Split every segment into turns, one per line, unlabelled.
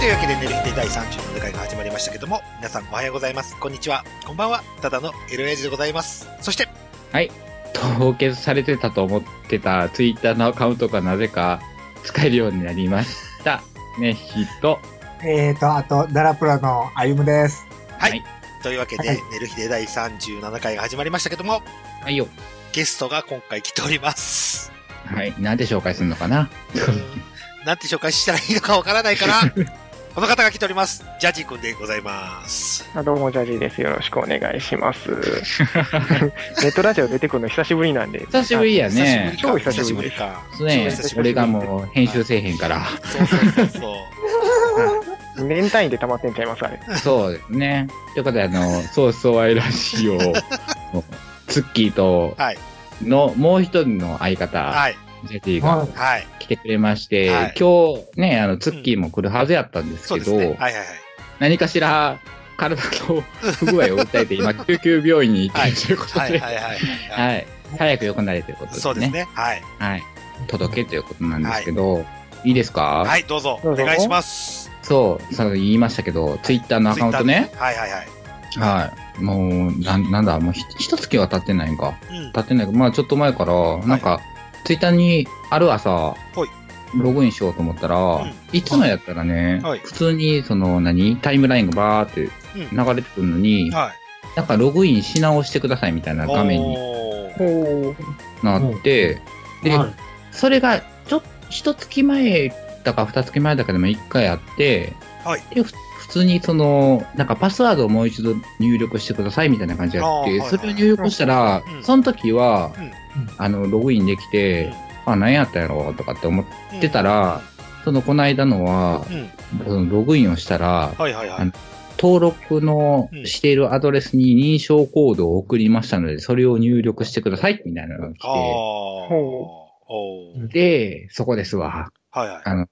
というわけで、寝る日で第37回が始まりましたけども、皆さんおはようございます。こんにちは。こんばんは。ただのエロヤジでございます。そして、
凍結されてたと思ってたツイッターのアカウントがなぜか使えるようになりました。 ね、人。
えーと、あと、ダラプラの歩夢です。
というわけ
は
で
い、
寝る日で第37回が始まりましたけども、
はいよ。
ゲストが今回来ております。
はい。なんで紹介するのかな
なんて紹介したらいいのかわからないから、 この方が来ております。ジャジー君でございます。
あどうも、ジャジーです。よろしくお願いします。 ネットラジオ出てくるの久しぶりなんで。
久しぶりやね。
久
超
しぶりか。久
久
しぶりか。久
ね
しぶり
しぶ
俺
り
がもう編集せえへんから。
そうそうそうそう。
あ年単位で溜まってんちゃいます、あれ。
そうですね。ということで、あの、そうそう愛らしいよ。ツッキーと
はい、
の、もう一人の相方、
はい。
ジェティが
はい。
来てくれまして、
はい
今日ね、あの、ツッキーも来るはずやったんです
そう
け
で
ど、
すね。はいはいはい。
何かしら体の不具合を訴えて 今救急病院に行ってるということで、
は
はいい
はいはいはい。
はい早く良くなれということです
そ
ね
うですね。はい。
はい、届けということなんですけど、い、いですか、
はい、どうぞ。
ど
お
うぞ
願いします。
そうその言いましたけどツイッターのアカウントね
Twitter はいはいはい。
はいもうなんなんだもうひ一月は経ってないんか
うん
経。ってないかまあちょっと前からなんか、ツイッターにある朝
ほい
ログインしようと思ったら、
ん
いつもやったらね、
はい
普通にその何タイムラインがバーって流れてくるのに、
はい。
なんかログインし直してくださいみたいな画面に
おー
ほ
なって、で、
はい
それがちょっと一月前だか二月前だかでも一回あって、
はい
でふ普通にそのなんかパスワードをもう一度入力してくださいみたいな感じがあ
あ
っ
ー
て、
はい
それを入力したら、
うん
その時は、
うん
あのログインできて、あ何やったんやろうとかって思って出たら、そのこの間のは
う、ん。うん
そのログインをしたら、
はいはいは
あ
い
の。登録の
うん
しているアドレスに認証コードを送りましたので、それを入力してください、みたいなのが来
はあ。
ほ
おー
て、で、そこですわ。
はいはい。
あの、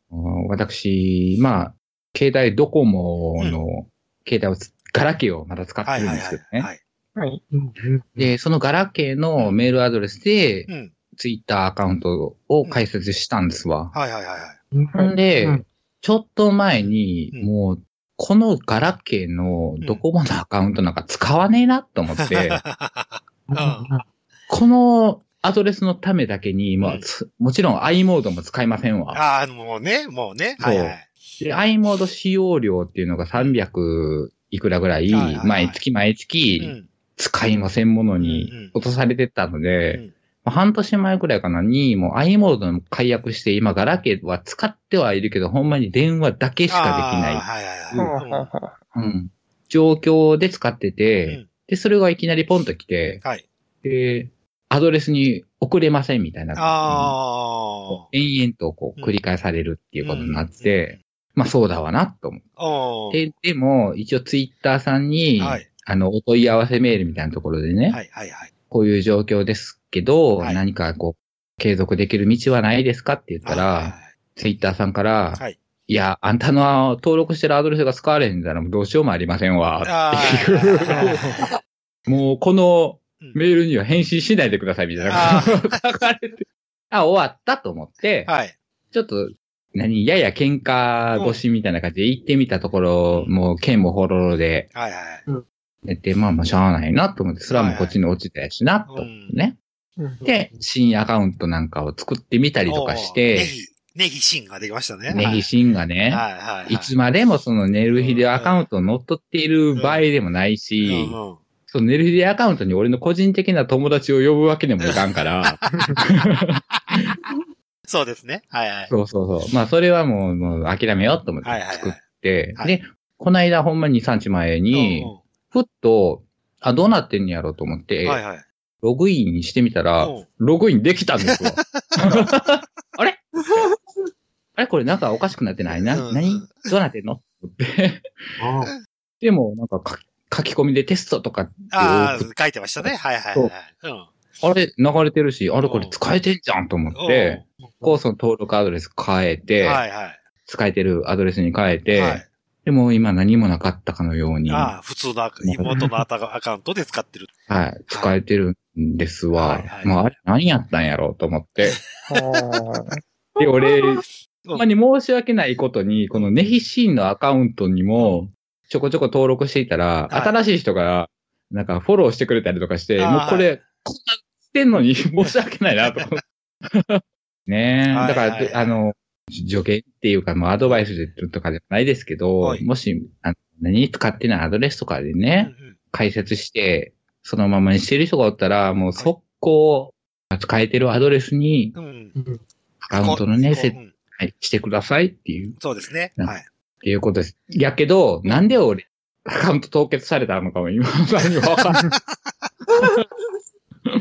私、まあ、携帯ドコモの携帯をつ、ガラケーをまだ使って
はい
るん
はい
ですけど
はい。は
ね。
い。
う。はい。
で、そのガラケーのメールアドレスで、
うん。
ツイッターアカウントを開設したんですわ。
はいはいはいはい。
ほんで、
うん
ちょっと前に、
うん
もう、このガラケーのドコモのアカウントなんか使わねえなと思 って、このアドレスのためだけに、ま
う
あ
ん、
つもちろん i モードも使いませんわ。
ああ、もうね、もうね。
そ
は
う
いはい。
で、i モード使用料っていうのが300いくらぐらい、
はいはいはい
毎月毎
う
月
ん
使いませんもの
うんうん
に落とされてたので、
うん
まあ半年前くらいかなに、もう i モードの解約して、今ガラケーは使ってはいるけど、ほんまに電話だけしかでき
あー
な
はいはい
ほう
はい。うん
ほうほう
い、うん状況で使ってて、
うん
で、それがいきなりポンと来て、
はい。
で、アドレスに送れませんみたいな。
ああ。
延々とこう繰り返されるっていうことになって、まあそうだわなと思
お
っ
ー
て、でも一応ツイッターさんに、
はい
あの、お問い合わせメールみたいなところでね、
はいはいはい。
こういう状況ですけど、
はい
何かこう、継続できる道はないですかって言ったら、
はいはい
ツイッターさんから、
はい
い、や、あんたの登録してるアドレスが使われへんならもうどうしようもありませんわ。っていう
はい あ
もうこの
うん
メールには返信しないでくださいみたい
あ
なことが書かれて、あ、終わったと思って、
ーはい。
ちょっと、何、やや喧嘩越しみたいな感じで行ってみたところ、
うん
もう剣もほろろで、
はいはい。
で、まあまあしゃあないなと思って、それはもうこっちに落ちたやしな、と思ってね。で、新アカウントなんかを作ってみたりとかし
おーネ
て、
ギ、ネギシーンができましたね。
ネギシンが
は
ね、
いはいはいはい。
いつまでもそのネルヒデアカウントを乗っ取っている場合でもないし、
うんうん
そのネルヒデアカウントに俺の個人的な友達を呼ぶわけにもいかんから、
そうですね。はいはい。
そうそうそう。まあそれはもうもう諦めようと思って
はいはいはい
作って、
はい
で、この間ほんまに2、3日前に、
うん
ふっと、あ、どうなってんやろうと思っ
う
て、
んはいはい。
ログインにしてみたら、
うん
ログインできたんで すよ。あれ あれこれなんかおかしくなってないな、
うん
何どうなってんのって思って。でも、なんかか書き込みでテストとか、
ああ、書いてましたね。はいはいはいはい。うん
あれ流れてるし、あ
う
れ
ん
これ使えてんじゃんと思っ
うん
て、こうその登録アドレス変えて、
はいは
使えてるアドレスに変え
い。
て、
はい
でも今何もなかったかのように、は
ああ、普通のアカ妹のアカアカウントで使ってる。
い、使えてるんですわ。
はいはい
まあ、あれ何やったんやろうと思って。
ほう
で、俺、ほんまに申し訳ないことに、このネヒシーンのアカウントにも、ちょこちょこ登録していたら、
はい
新しい人が、なんかフォローしてくれたりとかして、
あー
もうこれ、こんなしてんのに 申し訳ないなと。 ねえ、
はい
だから、
はいはい
あの、助言っていうか、もうアドバイスとかではないですけど、
はい
もしあの、何使ってないアドレスとかで
う
ね、
ん
解説して、そのままにしてる人がおったら、もう速攻、使えてるアドレスに、
うんうん。
うん
アカウントのね、
こう
設
うん
定してくださいっていう、っ
そうですね。
うん
はい。
ていうことです。やけど、なんで俺、アカウント凍結されたのかも今更にわかんない。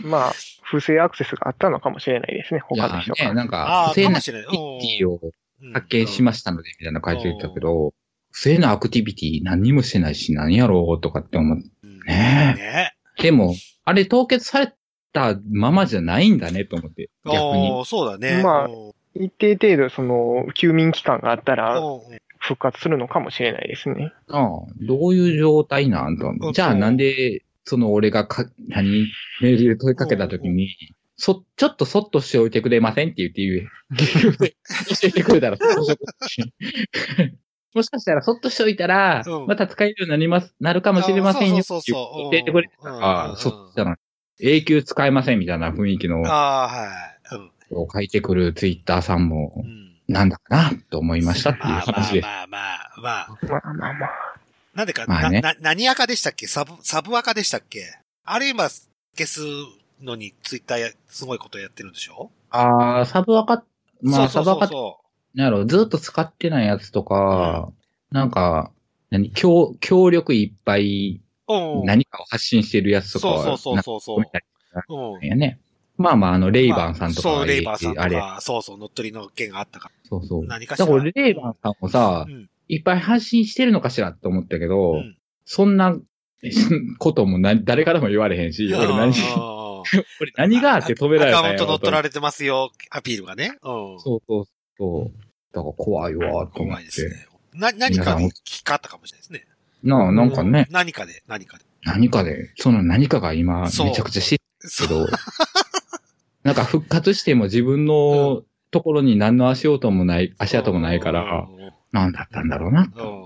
まあ、不正アクセスがあったのかもしれないですね、
い
他の
や
人
ね、
が。
なん
あ
か、
あ
不
ー、
正
か
な
も
アク
しれない。
ティビティを
うん
発見しましたので、みたいな書いてたけど、不正なアクティビティ何にもしてないし、何やろうとかって思っ
うん
ねえ
ね
ても、あれ凍結されたままじゃないんだねと思って、
え。
逆に。
おーそうだね。
まあ
うん
一定程度、その、休眠期間があったら、
うん
復活するのかもしれないですね。
ああ、どういう状態なんだ
ん
じゃあなんで、その俺がか、何メールで問いかけたときに、そ、ちょっとそっとしておいてくれませんって言って言え。結局で教えてく れたら、もしかしたらそっとしておいたら
う、ん
また使えるようになります、なるかもしれませんよって
そ
いう
そう
う
そうそう
教えてくれた
うん
ら
う、ん
そっちだな。永久使えませんみたいな雰囲気の
ああ、はい。うん
を書いてくるツイッターさんも
う、ん。
なんだかなと思いましたっていう
まあま
話です。
あまあまあまあ。
まあまあまあ。
なんでか、
まあね
な、な、何赤でしたっけサブ、サブ赤でしたっけあれ今、消すのにツイッターや、すごいことやってるんでしょ
ああ、サブアカ、まあ
そ
サ
うそ
ブア
うそ
カ
うそ
なんやろ、ずっと使ってないやつとか、なんか、何、強、強力いっぱい、
う。うん。
何かを発信してるやつとか
そう
は、
そうそうそうそう
なんか
うん
見た。りやね。まあまあ、あの、レイバンさんとか、
まあそう、レイバーさんと
あれ、
か、そうそう、乗っ取りの件があったか
そうそう。だ
何かし
からら俺、レイバンさんもさ
ら。う、ん。
いっぱい発信してるのかしらって思ったけど、
うん
そんな こともな誰からも言われへんし、俺何、俺何があって止められ
ア
たん
カ
や
ウン
ろ
ト乗っ取ら
れ
れてますよ、アピールがね。うん。
そうそうそう。だから怖いわ、と思っ
怖いです
て。
ね。な、何かで聞かったかもしれないですね。
なあ、なんかね、
う。何かで、何かで。
何かで、その何かが今、め
そう
ちゃくちゃ知っ
そ
け
う。
ど、 なんか復活しても自分のところに何の足音もない、足跡もないから、
うん。うん
何だったんだろうな、
うん
うん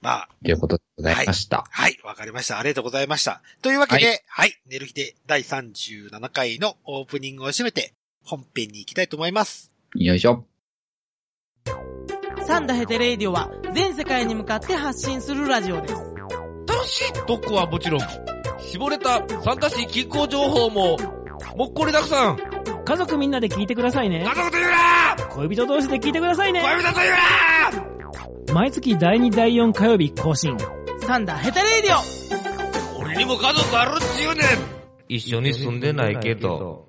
まあ、
ということでございました。
はい、わかりました。ありがとうございました。というわけで、はい、寝る日で第37回のオープニングを締めて、本編に行きたいと思います。
よいしょ。
サンダヘテレイディオは全世界に向かって発信するラジオです。
楽しい特攻はもちろん、絞れたサンタシー気候情報も、もっこりたくさん
家族みんなで聞いてくださいね
家。族と言うな
恋人同士で聞いてくださいね。
恋人と言うな
毎月第2、第4火曜日更新。
サンダヘテレイディオ
俺にも家族あるっちゅうねん一緒に住んでないけど。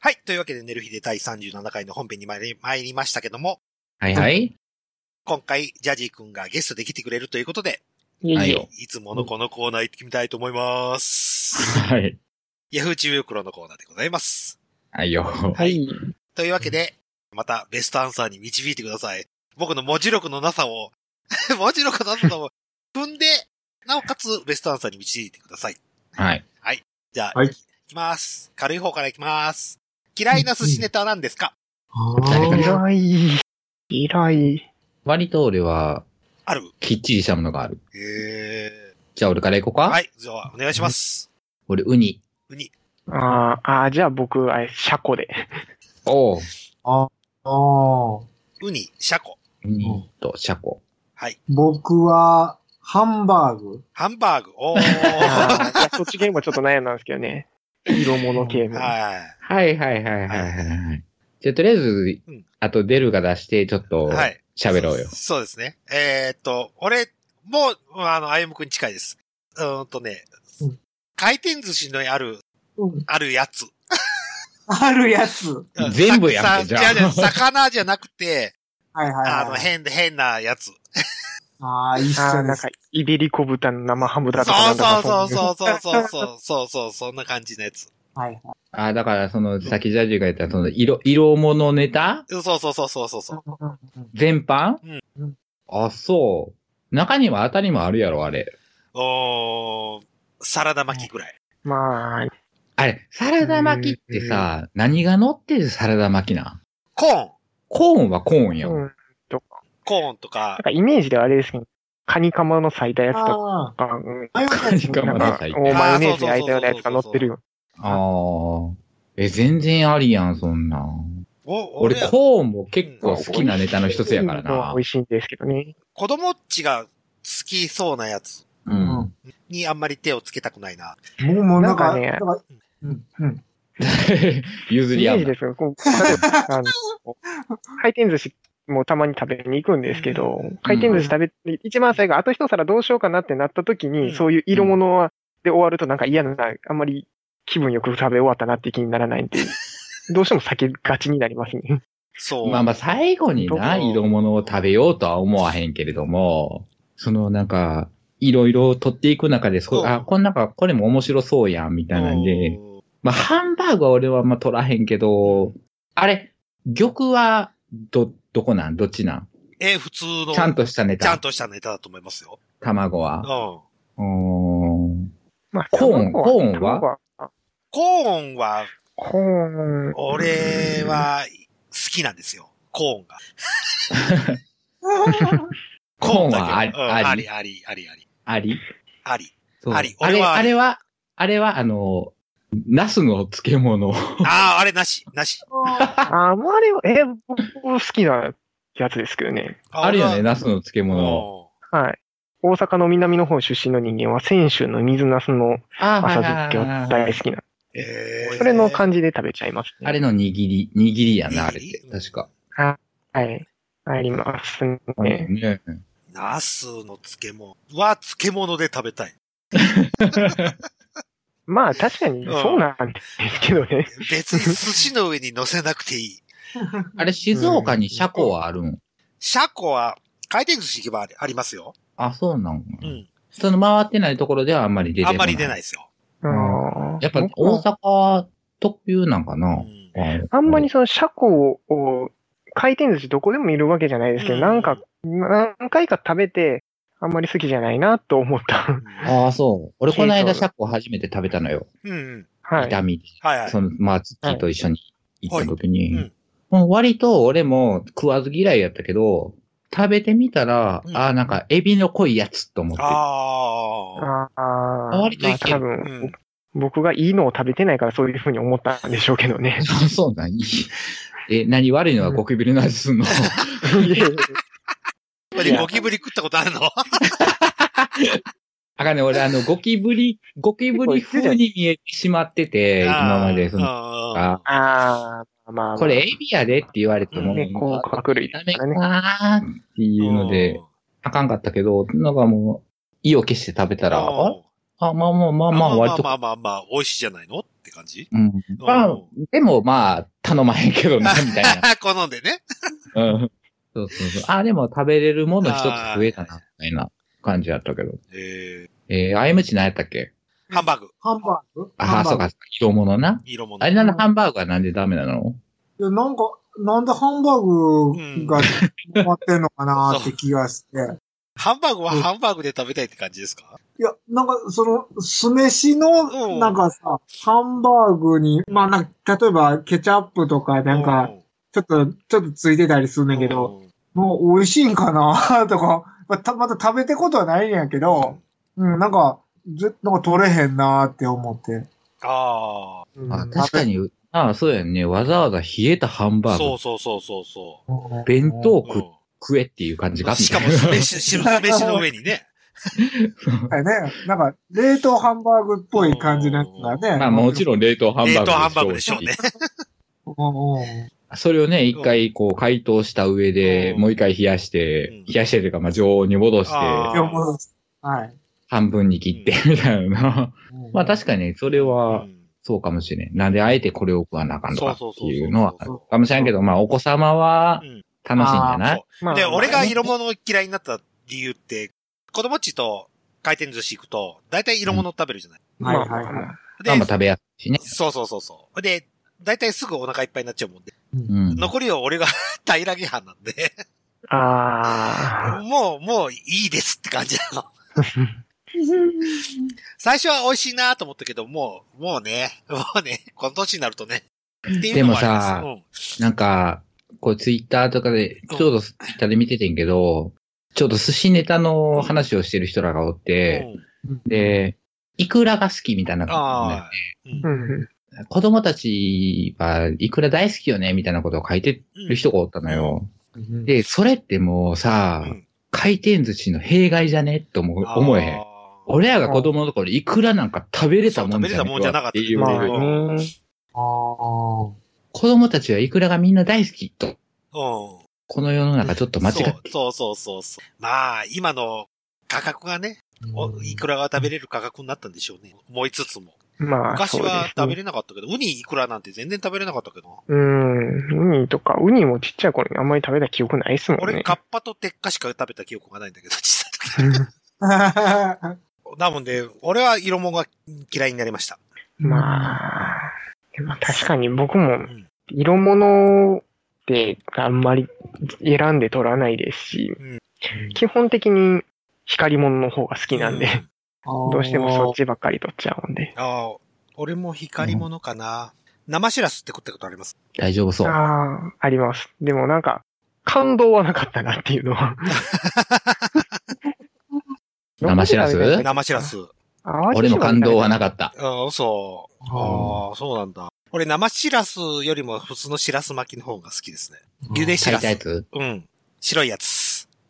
はい、というわけで、寝る日で第37回の本編に参り参りましたけども、
はいはい。
今回、ジャジー君がゲストで来てくれるということで、
いえ
はいい
え。
よ。
いつものこのコーナー行ってみたいと思い ます。
はい。
ヤフー知恵袋のコーナーでございます。
はいよ。
はい。
というわけで、またベストアンサーに導いてください。僕の文字力のなさを、 文字力のなさを踏んで、なおかつベストアンサーに導いてください。
はい。
じゃあ、、
はいい
きます。軽い方からいきます。嫌いな寿司ネタなんですか、
誰が
嫌い。嫌い。
割と俺は、
ある
きっちりしたものがある。
え
じゃあ俺から行こう
ー、
か。
はい。じゃあ、お願いします。
俺、ウニ。
ウニ。
あーあー、じゃあ僕、あれ、車庫で。
おう。
ああ。
ウニ、シャコ、
ウニとシャコ。
僕は、ハンバーグ。
ハンバーグ。お
あ
ー。
ーいやそっち系もちょっと悩んだんですけどね。色物系も。
は
はいはいはいはいはい。じゃあとりあえず
うん、
あとデルが出して、ちょっ
い。
と、
はい。
喋ろうよ
そ。そうですね。えー、っと、俺、もう、あの、あゆむくんに近いです。うーんとね
うん、
回転寿司のある、
うん。
あるやつ。
あるやつ。
うん
全部やんけ
さ
じゃあ
違う違う魚じゃなく て、
はいはいはい。
あの、変、変なやつ。
ああ、一
ああ、
緒
な
で
ん
す
か。、イベリコ豚の生ハムだとか
そ
な
うん
だ
そう
う。
そうそうそうそうそうそう、そんな感じのやつ。
はいはい。
ああ、だから、その、さっきジャージーが言った、その、色、色物ネタ
そうそうそうそうそうそう。
全般
うんうん
あ、そう。中には当たりもあるやろ、あれ。
おーサラダ巻きぐらい。
まあ、
あれ、サラダ巻きってさ、何が乗ってるサラダ巻きなん
コーン、
コーンはコーンよ。
うん。とか、
コーンとか
なん、かイメージではあれですけど、カニカマの咲いたやつと
ああ、
か、うん
ああいう
カニカマ
な
の
んか
咲いた
おマヨネーズ焼いたようなやつが乗ってるよ。
ああ。え、全然ありやん、そんなん。
お
俺
俺、、は
コーンも結構好きなネタの一つやからな
美。味しいんですけどね。
子供っちが好きそうなやつ
うん。
にあんまり手をつけたくないな。
もうもうなんか、
なんかね
だからうん、うん。
譲
イ
り
メ
合
ー
う
ジ
な。
ですよ。こう例えばあの回転寿司もたまに食べに行くんですけど、回転寿司食べ、一番最後、あと一皿どうしようかなってなった時に、
うん
そういう色物はで終わるとなんか嫌な、あんまり気分よく食べ終わったなって気にならない んで、どうしても避けがちになりますね。
そう。
まあまあ、最後にな、
どこ
色物を食べようとは思わへんけれども、そのなんか、いろいろ取っていく中で、そうう、
ん
あ、こん中、これも面白そうやん、みたいなんで、
うん
まあ、ハンバーグは俺はあんま取らへんけど、あれ、玉は、ど、どこなんどっちなん
え、普通の、
ちゃんとしたネ
ちゃん
タ。
としたネタだと思いますよ。
卵
うん
は。。うーん。
まあ、
コーン
卵
コーンは
卵あ
コーンは、
コーン。
俺は好きなんですよ。コーンが。
コーン
だけ
はあり、
うんあ
あ
り、
り、
あり、あり、あり。
あり。
あり。
そう
あり
あ
俺
れ、
はあり
あれは、あれは、あの、ナスの漬物。
ああ、あれなし、なし。
ああまり、え、僕好きなやつですけどね。
あるよね、
な
ナスの漬物。
はい。大阪の南の方出身の人間は、泉州の水ナスの
あ
浅漬けは大好きな。それの感じで食べちゃいますね。
あれの握り、握りやな、あ
握
れっ
り
て。確か。
はい。ありますね。
ね
ナスの漬物は漬物で食べたい。
まあ確かにそうなんですけどね。
別に寿司の上に乗せなくていい。
あれ、静岡に車庫はあるん
シャコは回転寿司行けばありありますよ。
あ、そうなん
うん。
その回ってないところではあんまり出てこ
あ
ない。
んまり出ない。ですよ。
うん
やっぱ
僕
大
も
阪特有なんかな。
うん
あんまりその車庫を、回転寿司どこでもいるわけじゃないですけ
う
ど、
ん
なんか、何回か食べて、あんまり好きじゃないなと思った。
ああ、そう。俺、この間、
そう
車庫初めて食べたのよ。
うん。うん。
はい。
痛みで。
はいはい。
その、まあ、ツッキーと一緒に行った
はい
時
うん
に、もう割と俺も食わず嫌いやったけど、食べてみたら、
うん
ああ、なんか、エビの濃いやつと思って。
ああ。
ああ、
割といける。
まあ多
う
分、
ん。
僕がいいのを食べてないからそういうふうに思ったんでしょうけどね
そう そうなんいいえ、何悪いのはゴキブリの味すんの
いえいえ
これゴキブリ食ったことあるの
あかんね、俺、あの、ゴキブリ、ゴキブリ風に見 えてしまってて、今まで、その、
の
あ
ああ、まあまあ。
これエビやでって言われても、
ね、甲殻類で
ダ
す
メ
か
から
ね。
ーっていうので、。あかんかったけど、なんかもう、意を決して食べた、
から
ああ、まあまあまあまあ、割と
まあまあまあまあ、美味しいじゃないのって感じ
うん。ま
う
あ
ん、
でもまあ、頼まへんけどな、みたい
好んでね。
な。うん。そうそうそう。あ、でも食べれるもの一つ増えたな、みたいな感じだったけど。
え
えー、あやむち何やったっけ
ー、ハンバーグ、
ハンバーグ
あ、そうか。、色物な。
色物。
あれなの、ハンバーグはなんでダメなの
いや、なんか、なんでハンバーグが止まってんのかなって気がして。
ハンバーグはハンバーグで食べたいって感じですか
いや、なんか、その、酢飯
うん
の、なんかさ、ハンバーグに、まあ、なんか、例えば、ケチャップとか、なんか、、ちょっと、ちょっとついてたりするんだけど、
うん、
もう美味しいんかな とか、まあた、また食べたことはないんやけど、うん、なんか、ずなんか取れへんなーって思って。
あ
うん
あ、確かに、あそうやんね。わざわざ冷えたハン
あ、
バー
そう
グ。
そうそうそうそ
弁当
う。
食
うん
食えっていう感じが。
しかも酢飯、酢飯の上にね。
だよね、なんか、冷凍ハンバーグっぽい感じのやつがね。
まあもちろん冷凍ハンバー
冷
グ
凍ハンバーグでしょうね。
ろん。うん
それをね、一回こう解凍した上で、
うん
もう一回冷やして、
うん
冷やしてというか、まあ常温に戻して、
あー
いや、もう、はい。
半分に切って、みたいな。まあ確かにそれ
う
は
ん
そうかもしれん。なんであえてこれを食わなあかんのかっていうのは
そうそうそうそう
かもしれんけど、まあお子様は
うん
楽しいんじゃない、
そ
ま
う
あ
で、俺が
まあ
色物嫌いになった理由って、子供っちと回転寿司行くと、大体色物食べるじゃない。
に。はいはいはい。
まあまあ
で、
食べやすいしね。
そうそうそうそう。で、大体すぐお腹いっぱいになっちゃうもんで。
うん。
残りは俺が 平らげ班なんで、
ああ。
もう、もういいですって感じなの。最初は美味しいなと思ったけど、もう、もうね、もうね、この年になるとね。っていうのあります
でなんか、こうツイッターとかで、ちょうどツイッターで見ててんけど、ちょうど寿司ネタの話をしてる人らがおっ
うん
て、
うん
で、イクラが好きみたいなことね
あ
う
ー
ん。
子供たちはイクラ大好きよね、みたいなことを書いて
うん
る人がおったのよ。で、それってもうさ、
うん
回転寿司の弊害じゃねと思う思えへん。
俺
俺らが子供の頃、いくらなんか食べれたもんじ
そう食べれ
ゃ
たもんじゃな
な
かっ
かったた。って
う
い
ん
う
まあ
レベル。
ね。
ああ。
子供たちはいくらがみんな大好きと。
うん。
この世の中ちょっと間違って。
そうそうそうそう。まあ、今の価格がね、おいくらが食べれる価格になったんでしょうね。思いつつも。
まあ、
昔
そうです
は
ね
食べれなかったけど、ウニいくらなんて全然食べれなかったけどな。
うん。ウニとか、ウニもちっちゃい頃にあんまり食べた記憶ないっすもん
俺、
ね。
カッパと鉄火しか食べた記憶がないんだけど、小さい時。 なもんで、俺は色物が嫌いになりました。
まあ、でも確かに僕も
ん、
色物ってあんまり選んで取らないですし、
うん
基本的に光物の方が好きなんで、
うん
どうしてもそっ
ち。
ちばっかり取っちゃうんで。
ああ、俺も光り物かな。生しらすって食ったことあります。
大丈夫そう。
ああ、あります。でもなんか、感動はなかったなっていうのは。
生しらすえ
生しらす。う
俺も感動はな
かっ
かった。
ん、そう。ああ、そうなんだ。俺生しらすよりも普通のしらす巻きの方が好きですね。茹でし
炊
ら
いたや
す。
つ
うん。白いやつ。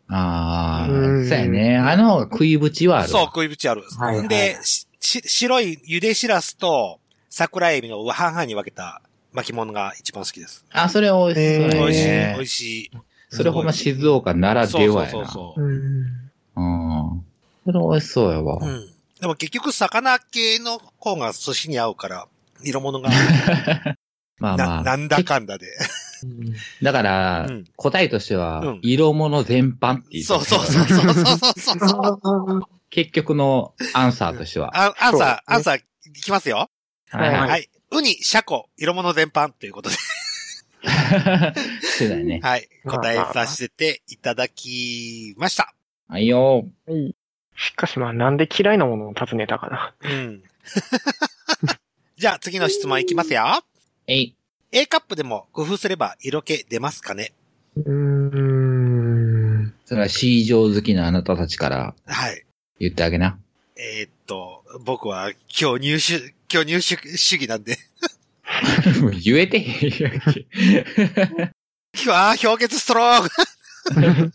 ああ、
うん
そうやね。あの食いぶちはある。
そう、食い縁ある。
はいはい
で、しし白い茹でしらすと桜エビの半々に分けた巻き物が一番好きです。
あ、それ美味しそう
美
や
味しい、
ね。
美味しい。
それほんま静岡ならではやな。
そうそうそう
た
そう。
うん。
うん。それ美味しそうやわ。
うん。でも結局、魚系の方が寿司に合うから、色物 が、
まあま
な
あ。
なんだかんだで。
だから、
うん
答えとしては、
うん
色物全般っていう。
そうそうそうそうそうそうそう。
結局のアンサーとしては。
あアンサー、ア
そう
ンサー、いきますよ。
はい
は
はい。
はいい。ウニ、シャコ、色物全般ということで、
そうだよね。
はい。
まあ
答えさせていただきました。
はいよ。
はいしかしまあ、なんで嫌いなものを尋ねたかな。
うん。 じゃあ、次の質問いきますよ。
えい。
A カップでも工夫すれば色気出ますかね
うーん。
それは C 上好きなあなたたちから
はい。
言ってあげな。
えーっと、僕は今日入手、今日入手主義なんで、
言えてへんやんけ。
今日、あー氷結ストロー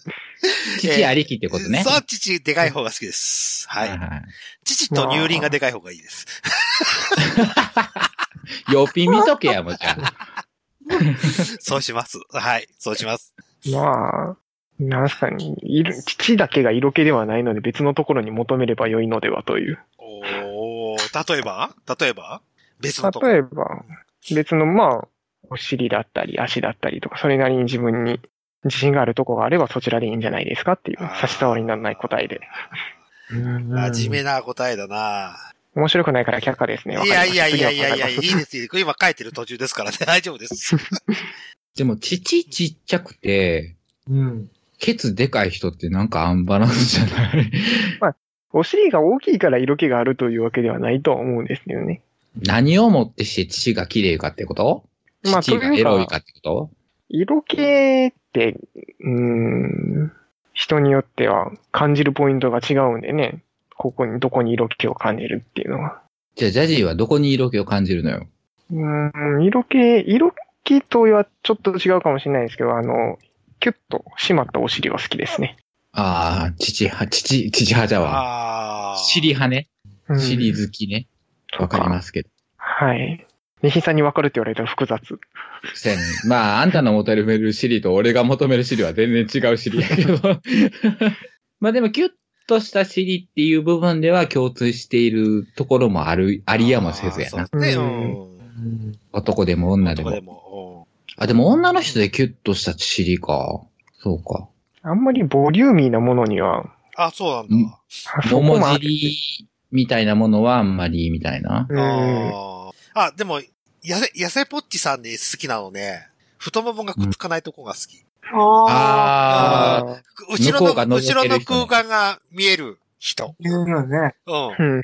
父ありきってことね。
そう、父、でかい方が好きです。は
はい
い。
は
父と乳輪がでかい方がいいです。
い。よぴ見とけや、もちろん。
そうします。はい、そうします。
まあ、なんすかね、いる父だけが色気ではないので別のところに求めれば良いのではという。
おー、例えば例えば別のとこ。
例えば、別の、まあ、お尻だったり足だったりとか、それなりに自分に自信があるとこがあればそちらでいいんじゃないですかっていう
あー
差し障りのない答えで。
真面目な答えだな
面白くないから却下ですね。わか
い
りま
や
した
いやいやいやいや、い
次の答え
いですよ。今書いてる途中ですからね。 大丈夫です。
でも、父ちっちゃくて、
うん。
ケツでかい人ってなんかアンバランスじゃない。
お尻が大きいから色気があるというわけではないとは思うんですけどね。
何をもってして父が綺麗かってこと
まあ
父がエロいかってこと
色気って、うーん、人によっては感じるポイントが違うんでね。ここに、どこに色気を感じるっていうのは。
じゃあ、ジャジーはどこに色気を感じるのよ。
うーん、色気、色気とはちょっと違うかもしれないですけど、あの、キュッと締まったお尻は好きですね。
ああ、父は、父、父派じゃわ。
あー。
尻派ね。
うん
尻好きね。わかりますけど。
はい。西井さんに分かるって言われたら複雑。
そうやね。まあ、あんたの求める尻と俺が求める尻は全然違う尻やけど。 まあでも、キュッとした尻っていう部分では共通しているところもある、ありやもせずやな。
そうね、う。
うんん
男でも女で
どこ
も
で。も。
あ、でも女の人でキュッとした尻か。そうか。
あんまりボリューミーなものに
う
は、
んあ、そうなんだ。
あそこ
桃
まで
尻みたいなものはあんまりみたいな。
うん。
あーあ、でも、痩せ、痩せぽっちさんで好きなのね。太ももがくっつかないとこが好き。
あ
あ
あ。
あ、
後ろ
向こ
の、
うが覗
後ろ
け
の
る人ね
空間が見える。人。
言う よね。
うん。
うんうん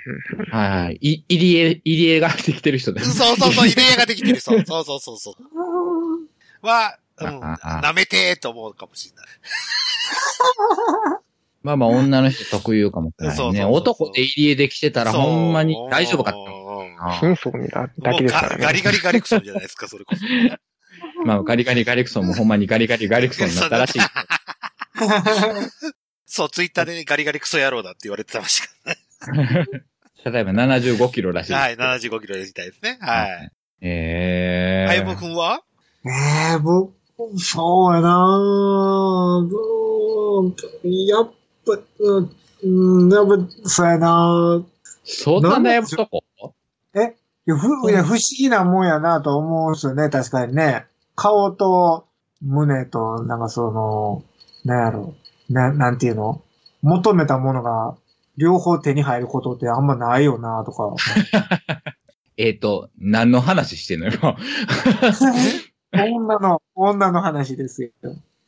はいはい。い、入り江、入り江ができてる人だ。
そうそう そう、入れができてる人。そうそうそうそう。は、うん、
あああ
舐めてーと思うかもしれない。
まあまあ、女の人特有かもしれない
そうそう
ね。
そう
男で入り江できてたら、
そう
ほんまに大丈夫かっ
うんうんうん
たな。
貧相にだだ
も
け
う
です
ガ
からね。
ガリガリガリクソンじゃないですか、それ こそ。
まあ、ガリガリガリクソンもほんまにガリガリガリクソンになったらしい。
そう、ツイッターでねガリガリクソ野郎だって言われてましたか
例えば75キロらしい。
ら。はい、75キロみたいですね。はい。
え
あ
え
ゆむくんは
ねえ、僕、そうやなぁどうやっぱ、うんうん、やっぱ、そうやなぁ
そんな悩むとこ
いや、ふ、いや、不思議なもんやなと思うんですよね、確かにね。顔と、胸と、なんかその、なんやろ、な、なんていうの求めたものが、両方手に入ることってあんまないよな とか。
えっと、何の話してんのよ。
女の、女の話ですよ。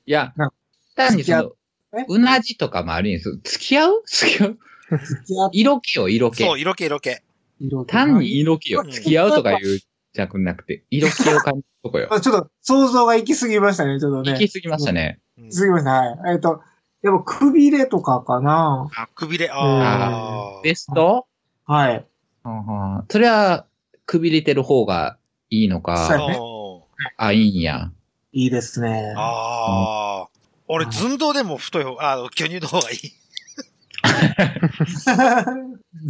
いや
なんか、
単にその
付き合うえ、
うなじとかもあるんですよ。付き合う付き合う
付き合っ
色気よ、色気。
そう、色気色気。
色気
単に色気よ。
うん
付き合うとか言うじゃなくて、色気を感じるとこよ。
あちょっと、想像が行き過ぎましたね、ちょっと
行
ね。
き過ぎましたね。
うん
行き過ぎました、はい。えっ、と、やっぱ、くびれとかかな
あ、くびれ、ああ。
ベスト
はい。
ははそれは、くびれてる方がいいの
そう
か、
やね
うん
あ、いいんや。
いいですね。
ああ。俺、
うん
寸胴でも太い方、あの巨乳の方がいい。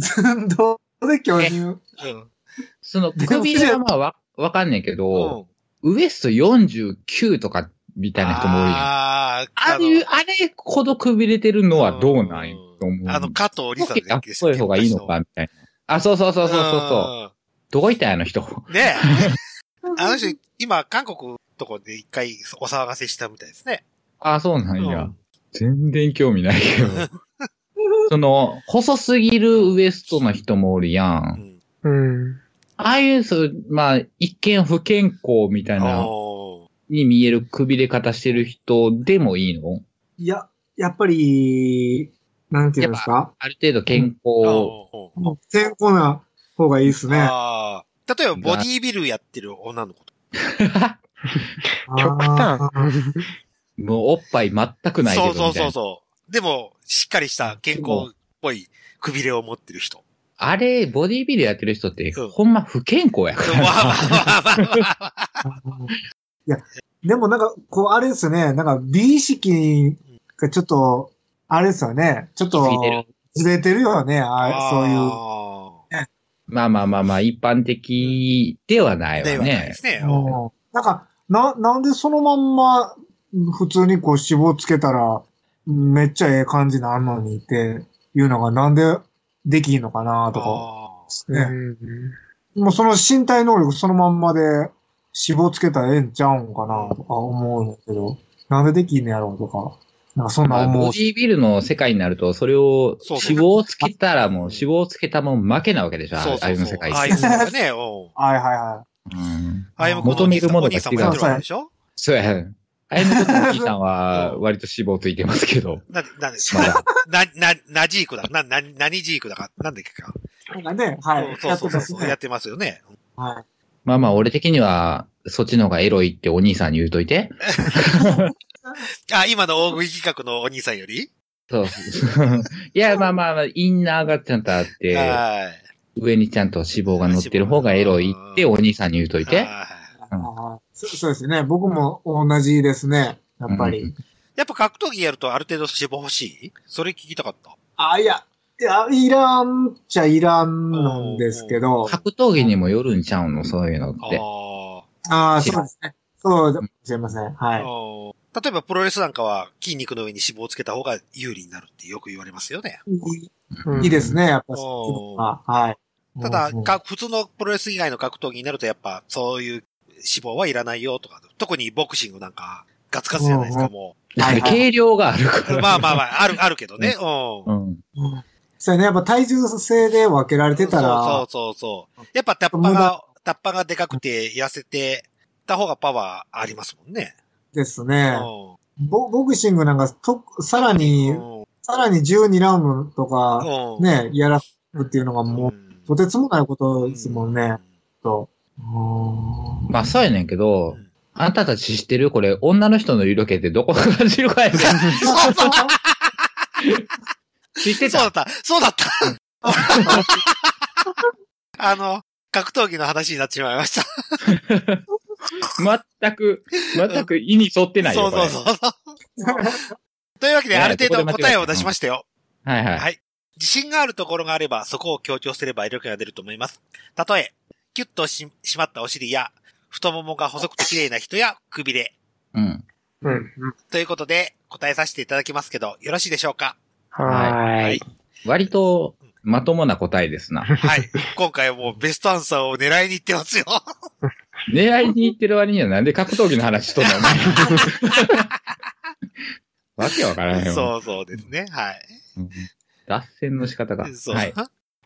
寸胴で巨乳。
うん。
その、くびれはまあわ、わかんねんけど、ウエスト49とかみたいな人も多いやん。あ
ああ、
あいう、あれほどくびれてるのはどうなんやと思う。
あの、加藤理
色
さん
気がっこいい方がいいのか、みたいな。あ、そうそうそうそうそうそう。どこ行ったんやあの人。
うん。ねえ。あの人、今、韓国とこで一回お騒がせしたみたいですね。
あ、そうなん
う
や
ん。
全然興味ないけど。その、細すぎるウエストの人もおるや。
うんん。
うん。
ああいう、そう、まあ、一見不健康みたいな、
おー
に見えるくびれ方してる人でもいいの
いや、やっぱり、なんていうんですか
ある程度健康。
お
もう健康な方がいいです
ー。
ね。
ああ。例えば、ボディービルやってる女の子とか。
極端
あ。ー
もうおっぱい全くないけ
そ
どみ
う
たいな。
そうそうそう。でも、しっかりした健康っぽいくびれを持ってる 人。
あれ、ボディービルやってる人って、
うん
ほんま不健康や
わ
か
あ
ら。
まあまあまあまあ
いや、でもなんか、こう、あれですよね。なんか、美意識がちょっと、あれですよね。ちょっと
過ぎてる、
ずれてるよね。あそういう。
い
まあまあまあまあ、一般的ではない
で
わ
はない
ね
で。すね。うん
うんなんか、な、なんでそのまんま、普通にこう、脂肪つけたら、めっちゃええ感じなんのにっていうのが、なんでできんのかなとか。
あ
う
ね。
ん
もうその身体能力そのまんまで、脂肪つけたらええんちゃうんかなとか思うんだけど、なんでできんのやろうとか。なんかそん
ま
な
あ、ボ
思う
デ。ィービルの世界になると、それを、
そうそう
脂肪をつけたらもう、脂肪をつけたもん負けなわけでしょ、
ー
あ
そう
あ
そう
いう
そ
の
う
世。界
ああいうのがね、うん。
はいはいはい。
うん。
ああいうこのお兄さん
求めるものが
お
違う
兄さんもやってるわけでしょ
そうや。あやのことおじいさん
う
は、
ん
割と脂肪ついてますけど、
なんで、なんで、
まだ。
な、な、なジークだ。な、な、何ジークだか。なんでっけか。
なんかね、はい。
そうそうそうそう。
や
や
っ
っててますよね。
ますね
まあまあ、俺的には、そっちの方がエロいってお兄さんに言うといて。
あ、今の大食い企画のお兄さんより
そう。いや、まあまあまあ、インナーがちゃんとあって、
は
上にちゃんと脂肪が乗ってる方がエロいってお兄さんに言うと
い。
いて。
はい
はい。はいそそうですね。僕も同じですね。やっぱり。
うん
やっぱ格闘技やるとある程度脂肪欲しいそれ聞きたかった。
あ、いや、いや、いらんっちゃいらんなんですけど。
格闘技にもよるんちゃうの、そういうのっ
あ
て。
ー
ああ、
知
そ
ら
うんですね。そうかもしれません。
あ
はい。
ー。例えばプロレスなんかは筋肉の上に脂肪をつけた方が有利になるってよく言われますよね。
うん
いいですね、やっぱ。
おー
はい。
ただ
うん、
か普通のプロレス以外の格闘技になるとやっぱそういう脂肪はいらないよとか、特にボクシングなんかガツガツじゃないですか、
うん
も
だから軽量があるか
う。
ら。
まあまあまあ、ある、あるけどね。う。
うんん。
うんそうやね、やっぱ体重制で分けられて
そ
た
う
ら、
そうそうそう。やっぱタッパ
無
が
駄、
タッパがでかくて痩せてた方がパワーありますもんね。
です
う
ね。
ん。
ボボクシングなんかと、さらに、
うん
ささらに12ラウンドとか、
うん。
ね、やらすっていうのが
うん、
もう、とてつもないこと
うん
ですもんね、。と。うーん
まあそうやねんけど、あんたたち知ってるこれ、女の人の色気ってどこが感じるかやねん。知って
そう
た
だったそうだった あの、格闘技の話になってしまいました。
全く、全く意に沿ってない
そ
よ。
うそうそ
こ
うそう。というわけで、
いや
ある程度
ここで間
答
違え
え
た
を出しましたよ。
れはいはい。
はい自信があるところがあれば、そこを強調すれば威力が出ると思います。例え、キュッとし、しまったお尻や、太ももが細くて綺麗な人や、くびれ。
うん。
うん。
ということで、答えさせていただきますけど、よろしいでしょうか
はーい。
割と、まともな答えですな。
はい。今回はもうベストアンサーを狙いに行ってますよ。
狙いに行ってる割にはなんで格闘技の話しとんの お前わけわからへんわ。
そうそうですね。はい。
うん脱線の仕方が。
そう。
はい。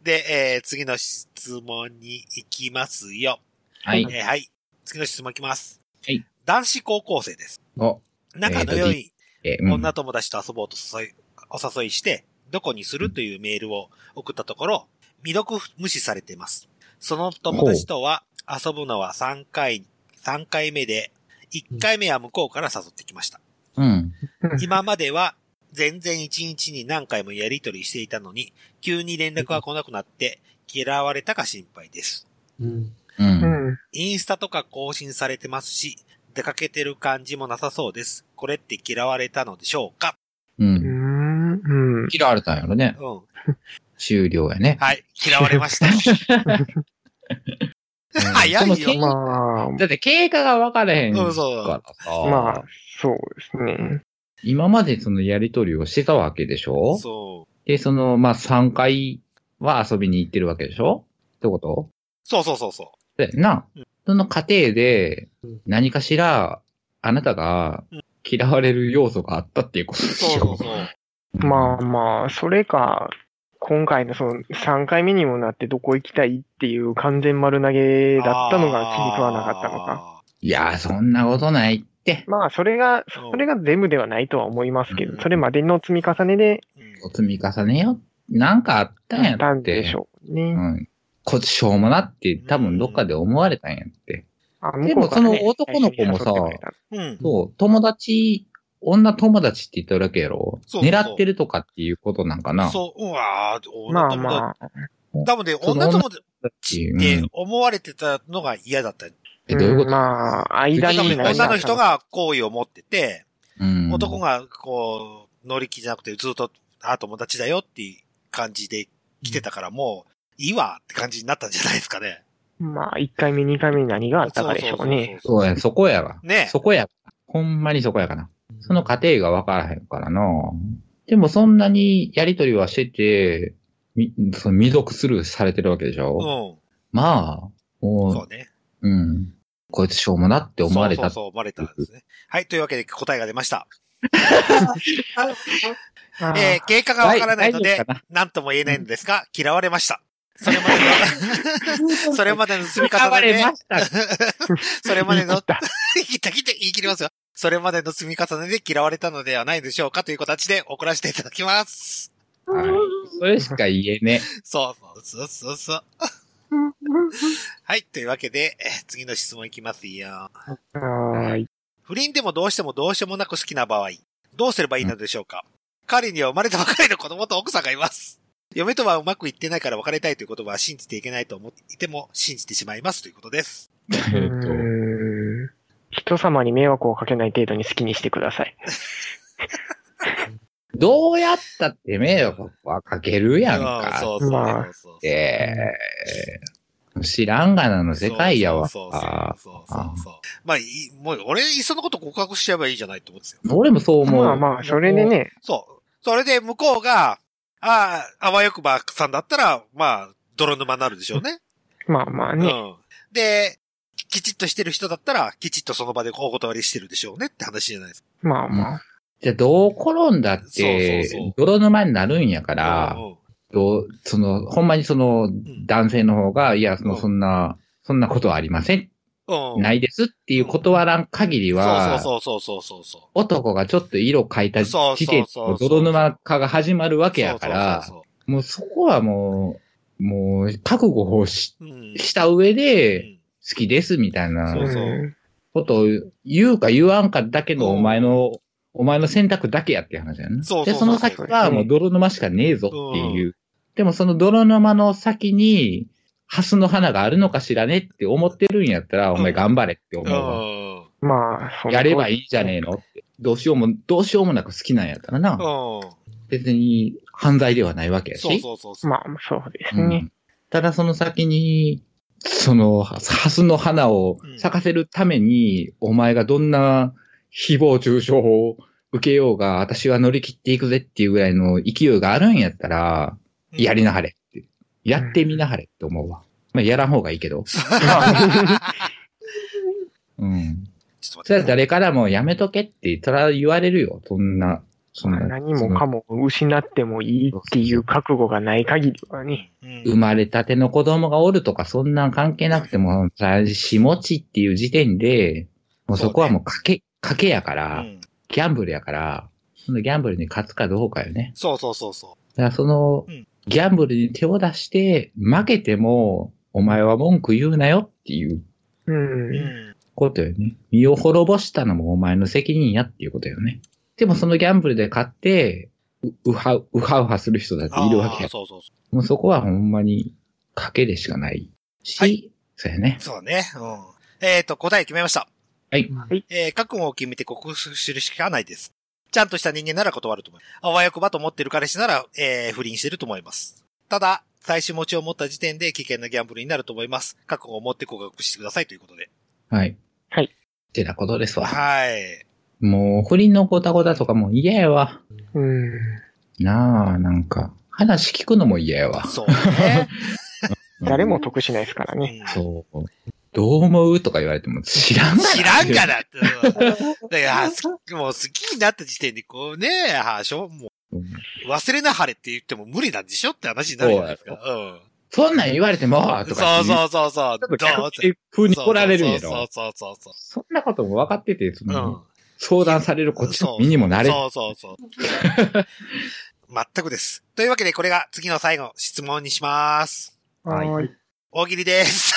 で、えー次の質問に行きますよ。
はい。
えーはい。次の質問いきます。
はい
男子高校生です。
お、
仲の良い
えー、うん。
女友達と遊ぼうと誘い、お誘いして、どこにするというメールを送ったところ、未読無視されています。その友達とは遊ぶのは3回、3回目で、1回目は向こうから誘ってきました。
うん。
今までは全然一日に何回もやりとりしていたのに、急に連絡が来なくなって嫌われたか心配です。
うん
う。
うんん。
インスタとか更新されてますし、出かけてる感じもなさそうです。これって嫌われたのでしょうか
う。
うんん。うん。
嫌われたんやろね。
うん。
終了やね。
はい。嫌われました。早いよ。
い
まあ、
だって経過が分からへんか
う
ら
んそう
さ。
まあ、そうですね。
今までそのやりとりをしてたわけでしょ
そう。
で、その、まあ3回は遊びに行ってるわけでしょってこと
そうそうそうそ
で、な
うん、
その過程で
うん、
何かしら、あなたが
う
嫌われる要素があったっていうことで
う。そ
し
うそう
ょ
そう。
まあまあ、それか、今回のその3回目にもなってどこ行きたいっていう完全丸投げだったのが気に食わなかったのか。
か。
いやー、そんなことないって。
まあ、それ
う
が、
ん
それが全部ではないとは思いますけ
うん
ど、それまでの積み重ねで
うん
お積み重ねよ。なんかあったんやっ。
あってたんでしょう
う
ね。
ん。こっちしょうもなって多分どっかで思われたんやって。
あ
でも
向こうからね
その男の子もさ
最初に誘ってくれた
うん。
そう、友達、女友達って言っただけやろ
そうそうそう
狙ってるとかっていうことなんかな。
そう、うわぁ、女
まあ
友達。
まあ、
多分ね、
その
女友達
だっていう。
って
うん
思われてたのが嫌だった。
えどういうこと
んまあ、間
多
に
分
何
女
か
の人が好意を持ってて、
うん
男がこう、乗り気じゃなくてずっと、あ、友達だよっていう感じで来てたからもう、いいわって感じになったんじゃないですかね。
まあ、1回目、2回目に何があったかでしょ
そうそ
うね。
うそうそう
そうや、そこやわ。
ねえ
そこや。ほんまにそこやかな。その過程がわからへんからな。でもそんなにやりとりはしてて、み、その未読スルーされてるわけでしょ、まあ、
うん。
も
そうね。
う、うん。こいつしょうもなって思われた。
そうそうそう、思われたんですね。はい、というわけで答えが出ま した。
あー
えー、経過がわからないの
大
で
丈夫かな、
何とも言えないんですが、嫌われました。それまで の、それまでの積み重
わ
ねで
れ、ました。
それまでの
言い
言
切った
いた切って言い切りますよ。それまでの積み重ねで嫌われたのではないでしょうかという形で怒らせていただきます。
はいそれしか言えね
そうそうそうそう。 はい。というわけで、えー次の質問いきますよ。
はーい。
不倫でもどうしてもどうしようもなく好きな場合、どうすればいいのでしょうか、彼には生まれたばかりの子供と奥さんがいます。嫁とはうまくいってないから別れたいという言葉は信じていけないと思っていても信じてしまいますということです。
え。え
う
っと
ーん人様に迷惑をかけない程度に好きにしてください。
どうやったって迷惑はかけるやん
うん
か。
そうそう
まあ
そうそう。
えー知らんがなの世界やわ。
そうそうそうそうそうそう。まあ、いもう、俺、いっそのこと告白しちゃえばいいじゃないって思うんですよ。
俺もそう思う。
まあまあ、それでね、
そう。それで向こうが、ああ、あわよくばさんだったら、まあ、泥沼になるでしょうね。
まあまあ
う
ね、
ん。で、きちっとしてる人だったら、きちっとその場でお断りしてるでしょうねって話じゃないですか。
まあまあ、
じゃあ、どう転んだって
そうそうそう、
泥沼になるんやから
う、ん
どうその、ほんまにその、男性の方が、いや、その、
うん
そんな、そんなことはありませんっ
うん。
ないですっていう断らん限りは、
そうそうそうそうそうそう。
男がちょっと色変えた時点
そうそうそう
の
そう
泥沼化が始まるわけやから
そう、
もうそこはもう、もう覚悟をし
そうそうそう。うん。
した上で、好きですみたいな
そうそう
ことを言うか言わんかだけのお前の、お前の選択だけやっていう話やね。
そうそうそう
で、その先はもう泥沼しかねえぞっていう。でもその泥沼の先に、ハスの花があるのかしらねって思ってるんやったら、お前頑張れって思うわ。
うん。
まあ、その
やればいいじゃねえのって。どうしようも、どうしようもなく好きなんやったらな。
うん。
別に犯罪ではないわけやし。
そうそうそうそう。
まあ、そうです
う
ね。
んただその先に、その、ハスの花を咲かせるために、お前がどんな誹謗中傷を受けようが、私は乗り切っていくぜっていうぐらいの勢いがあるんやったら、
うん
やりなはれって。やってみなはれって思うわ。まあ、やらん方がいいけど。うん。
ちょっ
そ
と待っ
れは
て。
誰からもやめとけって、ただ言われるよ。そんな、そんな。
何もかも失ってもいいっていう覚悟がない限りはね。
うん
生まれたての子供がおるとか、そんなん関係なくても、しもちっていう時点で、もうそこはもう賭け、賭けやから、
うん
ギャンブルやから、そのギャンブルに勝つかどうかよね。
そうそうそうそ
だからその
うん、
ギャンブルに手を出して、負けても、お前は文句言うなよっていう
う。
う。うんん。
ことよね。身を滅ぼしたのもお前の責任やっていうことよね。でもそのギャンブルで勝って、ううはう、うはうはする人だっているわけ
あー
や。
そうそうそ
もうそこはほんまに賭けでしかないし、
はい
そうやね
う。。そうね。うん。えっと、答え決めました。
はい。
えー、覚悟を決めて克服するしかないです。ちゃんとした人間なら断ると思います。あわよくばと思ってる彼氏なら、えー、不倫してると思います。ただ、最終持ちを持った時点で危険なギャンブルになると思います。覚悟を持って告白してくださいということで。
はい。
はい
ってなことですわ。
はい。
もう、不倫のごたごたとかも嫌やわ。
うん。
なあ、なんか、話聞くのも嫌やわ。
そう ね。
誰も得しないですから
う
ね。
ん
そう。どう思うとか言われても知らんがな
知らんがなって。うんだから、すもう好きになった時点で、こうね、はしょ、も
うん
う、忘れなはれって言っても無理なんでしょって話になるじゃないですか。うん。
そんなん言われてもとか
そ
言
うそうそうそう。
ちょっと
どう
客風に来られるんや
そう
ろ。
そうそうそう
そんなことも分かってて、
そ
そ
う。うん
の、。相談されるこっちの身にもなれ。
そうそうそう。 全くです。というわけで、これが次の最後、質問にします。
はい
はーい。
大喜利です。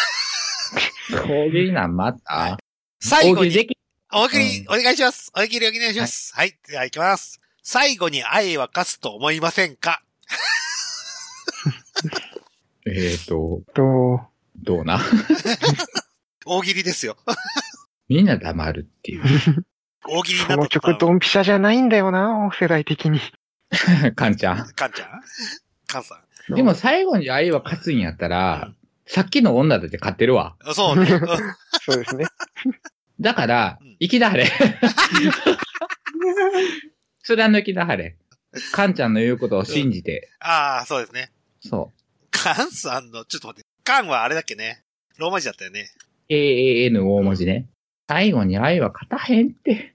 攻撃なんまた。
最後
攻撃で
に、
き
大喜利、お願いします。大喜利お願いします。はい。では、いきます。最後に愛は勝つと思いませんか
えっと、
と、
どうな。
大喜利ですよ。
みんな黙るっていう。
大喜利に
そ
な
の
った
曲ドンピシャじゃないんだよな、世代的に。
かんちゃん。
カンちゃんカンさん
でも最後に愛は勝つんやったら、さっきの女だって勝ってるわ。
あ。そう ね。うん
そうですね。
だから
うん、
生きだ はれ。貫きだはれ。カンちゃんの言うことを信じて。
ああ、そうですね。
そ
カンさんの、ちょっと待って。カンはあれだっけね。ローマ字だったよね。
う。AAN 大文字ね。最後に愛は勝たへんって。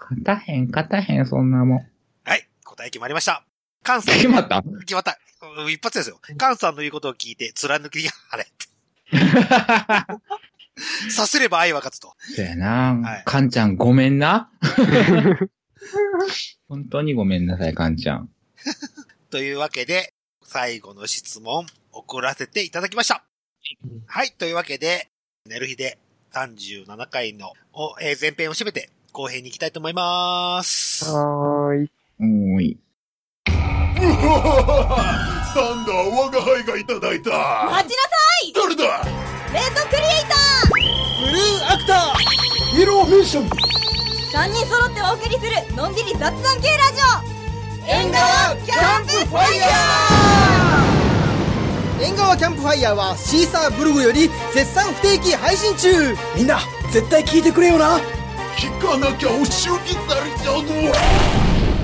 勝たへん、勝たへん、そんなもん。
はい。答え決まりました。カンさん。
決ま った
決まった。うん一発ですよ。カンさんの言うことを聞いて、貫きがあれ。させれば愛は勝つと。
そうやな
はい。
カンちゃんごめんな。本当にごめんなさい、カンちゃん。
というわけで、最後の質問、送らせていただきました。はい。というわけで、寝る日で37回のおえー前編を締めて、後編に行きたいと思い ます。
はーい。
うーんい。
サンダー我が輩がいただいた
待ちなさ
誰だ
いレッドクリエ
ブル
イタ
ーアクターイエローフィッション
ー3人揃ってお送りするのんびり雑談系ラジオ縁側キャンプファイヤ
縁側キャンプファイヤーはシーサーブログより絶賛不定期配信中みんな絶対聞いてくれよな
聞かなきゃお仕置きされちゃうぞ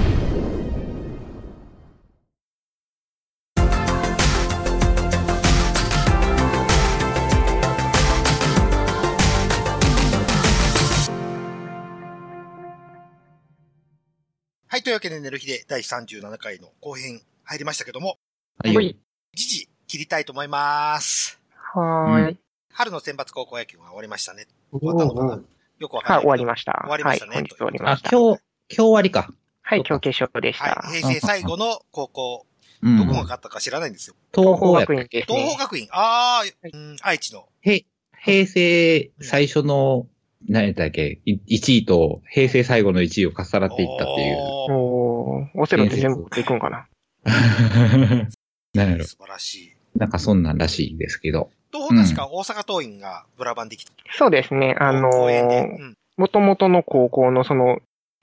はい、というわけで、寝る日で第37回の後編入りましたけども、
はいよ。
時事切りたいと思います。
はーい。
春の選抜高校野球が終わりましたね。
お
ーよくわかんない
はい、終わりました。
終わりましたね
はい、本日終わりま
あ
し、た。
今日、今日終わりか。
はい、今日決勝でし
は
た。
い。平成最後の高校、
うん
どこが勝ったか知らないんですよ。
東
東
方
邦
や
学院で
東
す
邦
ね。
学院、ああ、うん、愛知の。
へ平成最初の、何やったっけ、1位と平成最後の1位を重なっていったっていう。
おー
おー、オセロって全部持っていくんかな。
何やろ。
素晴らしい。
なんかそんなんらしいですけど。
東邦確か大阪桐蔭がブラバンできた。
そうですね。あの
公園で
ー、元々の高校のその、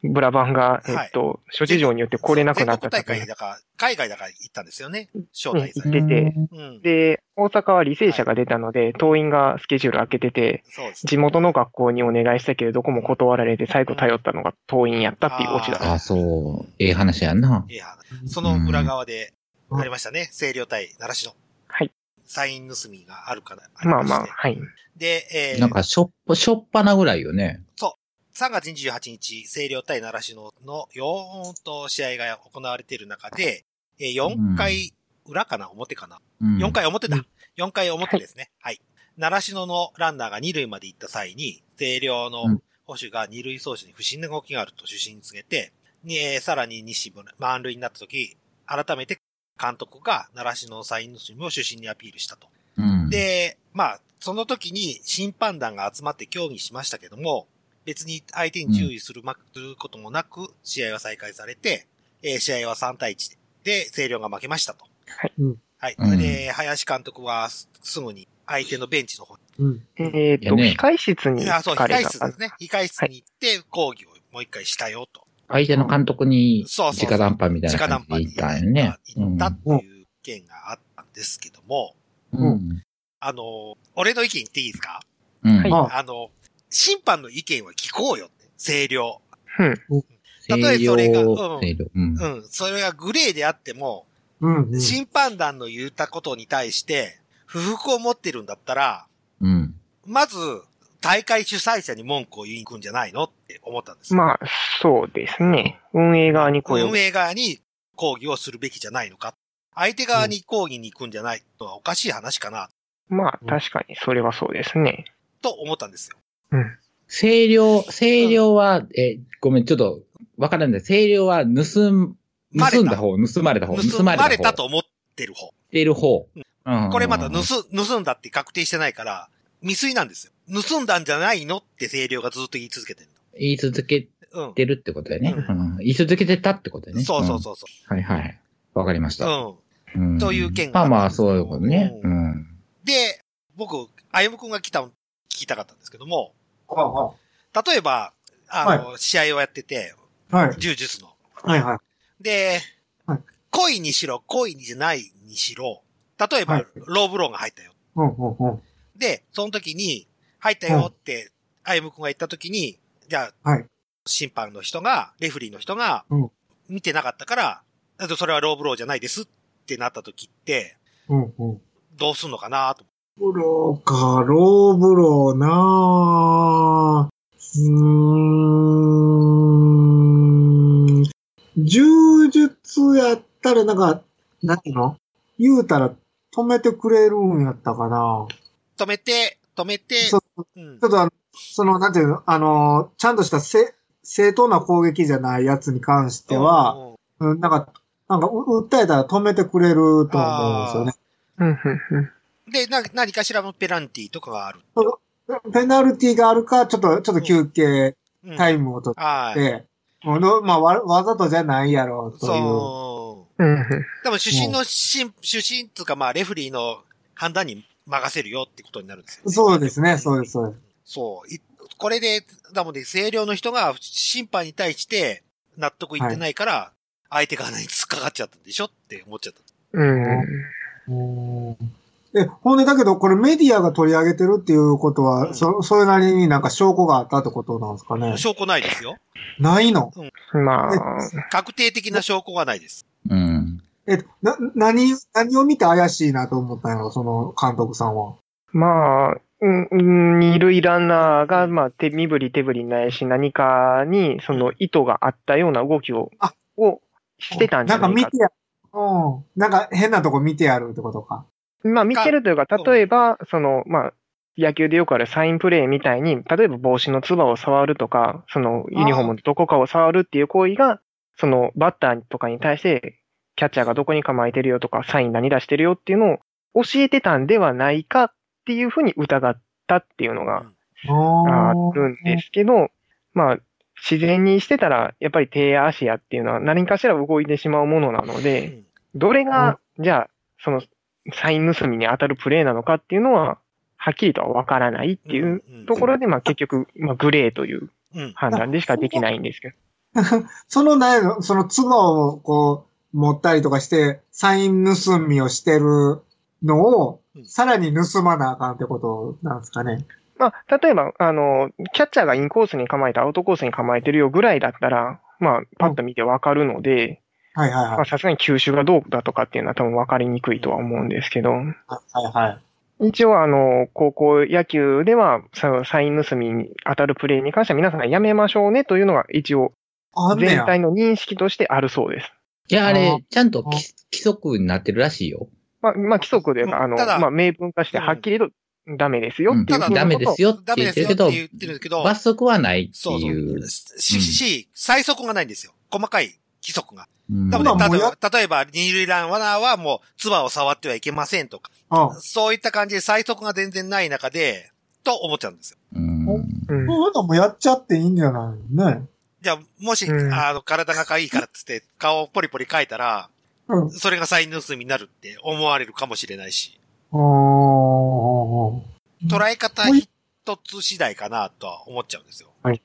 ブラバンが、え
はい
っと、諸事情によって来れなくなった
全国大
時に
会だから、海外だから行ったんですよね。招
うん
待さ
行
れ。
っててて、
うん。
で、大阪は履正社が出たので、党員がスケジュール開けてて、
そうですね。
地元の学校にお願いしたけれど、どこも断られて、最後頼ったのが党員やったっていうオチだった。
あ、そう。ええ話やんな。
いや、その裏側で、ありましたね。清涼隊、奈良市の。
はい。
サイン盗みがあるかな。り
まあ
して
まあ、はい。
で、えー、
なんかしょっぱ、しょっぱなぐらいよね。
3月28日、清涼対奈良市のの4と試合が行われている中で、えー4回裏かな表かな
うん、
?4 回表だ。4回表ですね。はい。奈良市のランナーが2塁まで行った際に、清涼の捕手が2塁走者に不審な動きがあると主審に告げて、にえーさらに西村、満塁になった時、改めて監督が奈良市のサインの盗みを主審にアピールしたと。
うん、
で、まあ、その時に審判団が集まって協議しましたけども、別に相手に注意する,、ま、することもなく、試合は再開されて、えー試合は3対1で、星稜が負けましたと。
はい
うん。
はい。
うん
で、林監督はすすぐに相手のベンチの方に、
うん。
えっ
いや
と、
ね
控室に
あ、そう、
行かれ
控
た
室ですね。控室に行って、抗議をもう一回したよと。
相手の監督に、
そうそうそう
直談判みたいな感じで行ったんよね。
行ったっていう件があったんですけども、
うん。うん。
あの、俺の意見言っていいですか
うん
はい
あ
あの、審判の意見は聞こうよって、星稜。
うん。
たとえそれが
声量
うん
声量うん
うん。それがグレーであっても、
うん。うん
審判団の言ったことに対して、不服を持ってるんだったら、
うん。
まず、大会主催者に文句を言いに行くんじゃないのって思ったんです。
まあ、そうですね。運営側にこういう
運営側に抗議をするべきじゃないのか。相手側に抗議に行くんじゃないのはおかしい話かな、
まあ、確かにそれはそうですね。
と思ったんですよ。
声量、声量は、え、ごめん、ちょっと、わからない。声量は、盗ん、
まれた
盗んだ方、盗まれた方、
盗
盗
ま
ま
れ
れ
た
た
と
方。
思ってる方。
てる方。うん
これまだ盗、盗んだって確定してないから、未遂なんですよ。盗んだんじゃないのって声量がずっと言い続けてる
言い続け
の。うん。
てるってことだよね。
う
うん言い続けてたってことだよね。
そうそうそうそ
うん。はいはい。わかりまし
う。
た。
うん。
うん
という件
ま
があ
あ
ったんですけど
まあ、そういうことね。
う
うんん。
で、僕、あゆむくんが来た、聞きたかったんですけども、
ああ
例えば、あの、試合をやってて、
はい。
柔術の。
はいはい。
で、
はい
恋にしろ、恋にじゃないにしろ、例えば、
はい
ローブローが入ったよ。
うんうんうん。
で、その時に、入ったよって、あゆむくんが言った時に、じゃあ、
はい
審判の人が、レフェリーの人が
うん、
見てなかったから、だってそれはローブローじゃないですってなった時って、
うんうん。
どうすんのかなと。
ブローか、ローブローなぁ。うーん。柔術やったらなんか、何ていうの言うたら止めてくれるんやったかな
止めて、止めて、
そう
うん
ちょっとあの、その、なんていうのあの、ちゃんとしたせ正当な攻撃じゃないやつに関しては、
うん
うん、なんか、なんか、う訴えたら止めてくれると思うんですよね。
うん、うん、うん。
で、な、何かしらのペナルティとかがある。
ペナルティがあるか、ちょっと、ちょっと休憩
うん
タイムを取っ
はい。
て、うんのまあわ、わざとじゃないやろうという。
そ
うんうん
う。でも主審のしん、主審つうかまあ、レフェリーの判断に任せるよってことになるんですよ、
そうですね、そうです、そうです。
そう。いこれで、だもんね、清涼の人が審判に対して納得いってないから、相手側に突っかかっちゃったんでしょって思っちゃった。
うん。
うんえ、ほんで、だけど、これメディアが取り上げてるっていうことは、
うん
そ、それなりになんか証拠があったってことなんですかね。
証拠ないですよ。
ないの
まあ、
確定的な証拠がないです。
うん。
え、な、何、何を見て怪しいなと思ったんやろ、その監督さんは。
まあ、うんうん二塁ランナーが、まあ、手、身振り手振りないし、何かに、その意図があったような動きを
あ、
をしてたんじゃな
な
い
んか
か
見。てやうん。なんか変なとこ見てやるってことか。
まあ、見てるというか、
か
例えば、その、まあ、野球でよくあるサインプレーみたいに、例えば帽子のつばを触るとか、そのユニフォームのどこかを触るっていう行為が、そのバッターとかに対して、キャッチャーがどこに構えてるよとか、サイン何出してるよっていうのを教えてたんではないかっていうふうに疑ったっていうのがあるんですけど、まあ、自然にしてたら、やっぱり手や足やっていうのは何かしら動いてしまうものなので、どれが、じゃあ、その、サイン盗みに当たるプレーなのかっていうのは、はっきりとはわからないっていうところで、まあ結局、まあグレーという判断でしかできないんですけど。
そのなんやろその唾をこう、持ったりとかして、サイン盗みをしてるのを、さらに盗まなあかんってことなんですかね。
まあ、例えば、あの、キャッチャーがインコースに構えて、アウトコースに構えてるよぐらいだったら、まあ、パッと見てわかるので、
はいはいはい。
まあさすがに球種がどうだとかっていうのは多分わかりにくいとは思うんですけど、
はいはい。
一応、あの、高校野球では、そのサイン盗みに当たるプレーに関しては皆さんやめましょうねというのが一応、
あんね
全
や
体の認識としてあるそうです。
いや、あ
あ
れ、ちゃんとき規則になってるらしいよ。
まあ、まあ、規則で、あの、
ただ
まあ、明文化してはっきりとダメですよっていうふうなことを
ダメですよって
ダメ
言っ
です
てる
よって
けど、
言ってるけど、
罰則はないって
そうそう
いう。
し、し、最速がないんですよ。細かい規則が。
うん
な
ま
の
あ
で、
も
例え
うや
ば、例えば二塁ランナーはもう、唾を触ってはいけませんとか、
あ
そういった感じで最速が全然ない中で、と思っちゃうんですよ。
うん
お
うん
そういうのもやっちゃっていいんじゃないのね。
じゃあ、もし、
うん
あの、体が可愛いからっつって、顔をポリポリ描いたら、
うん。
それがサイン盗みになるって思われるかもしれないし、
おー
捉え方
うん
一つ次第かなとは思っちゃうんですよ。
そう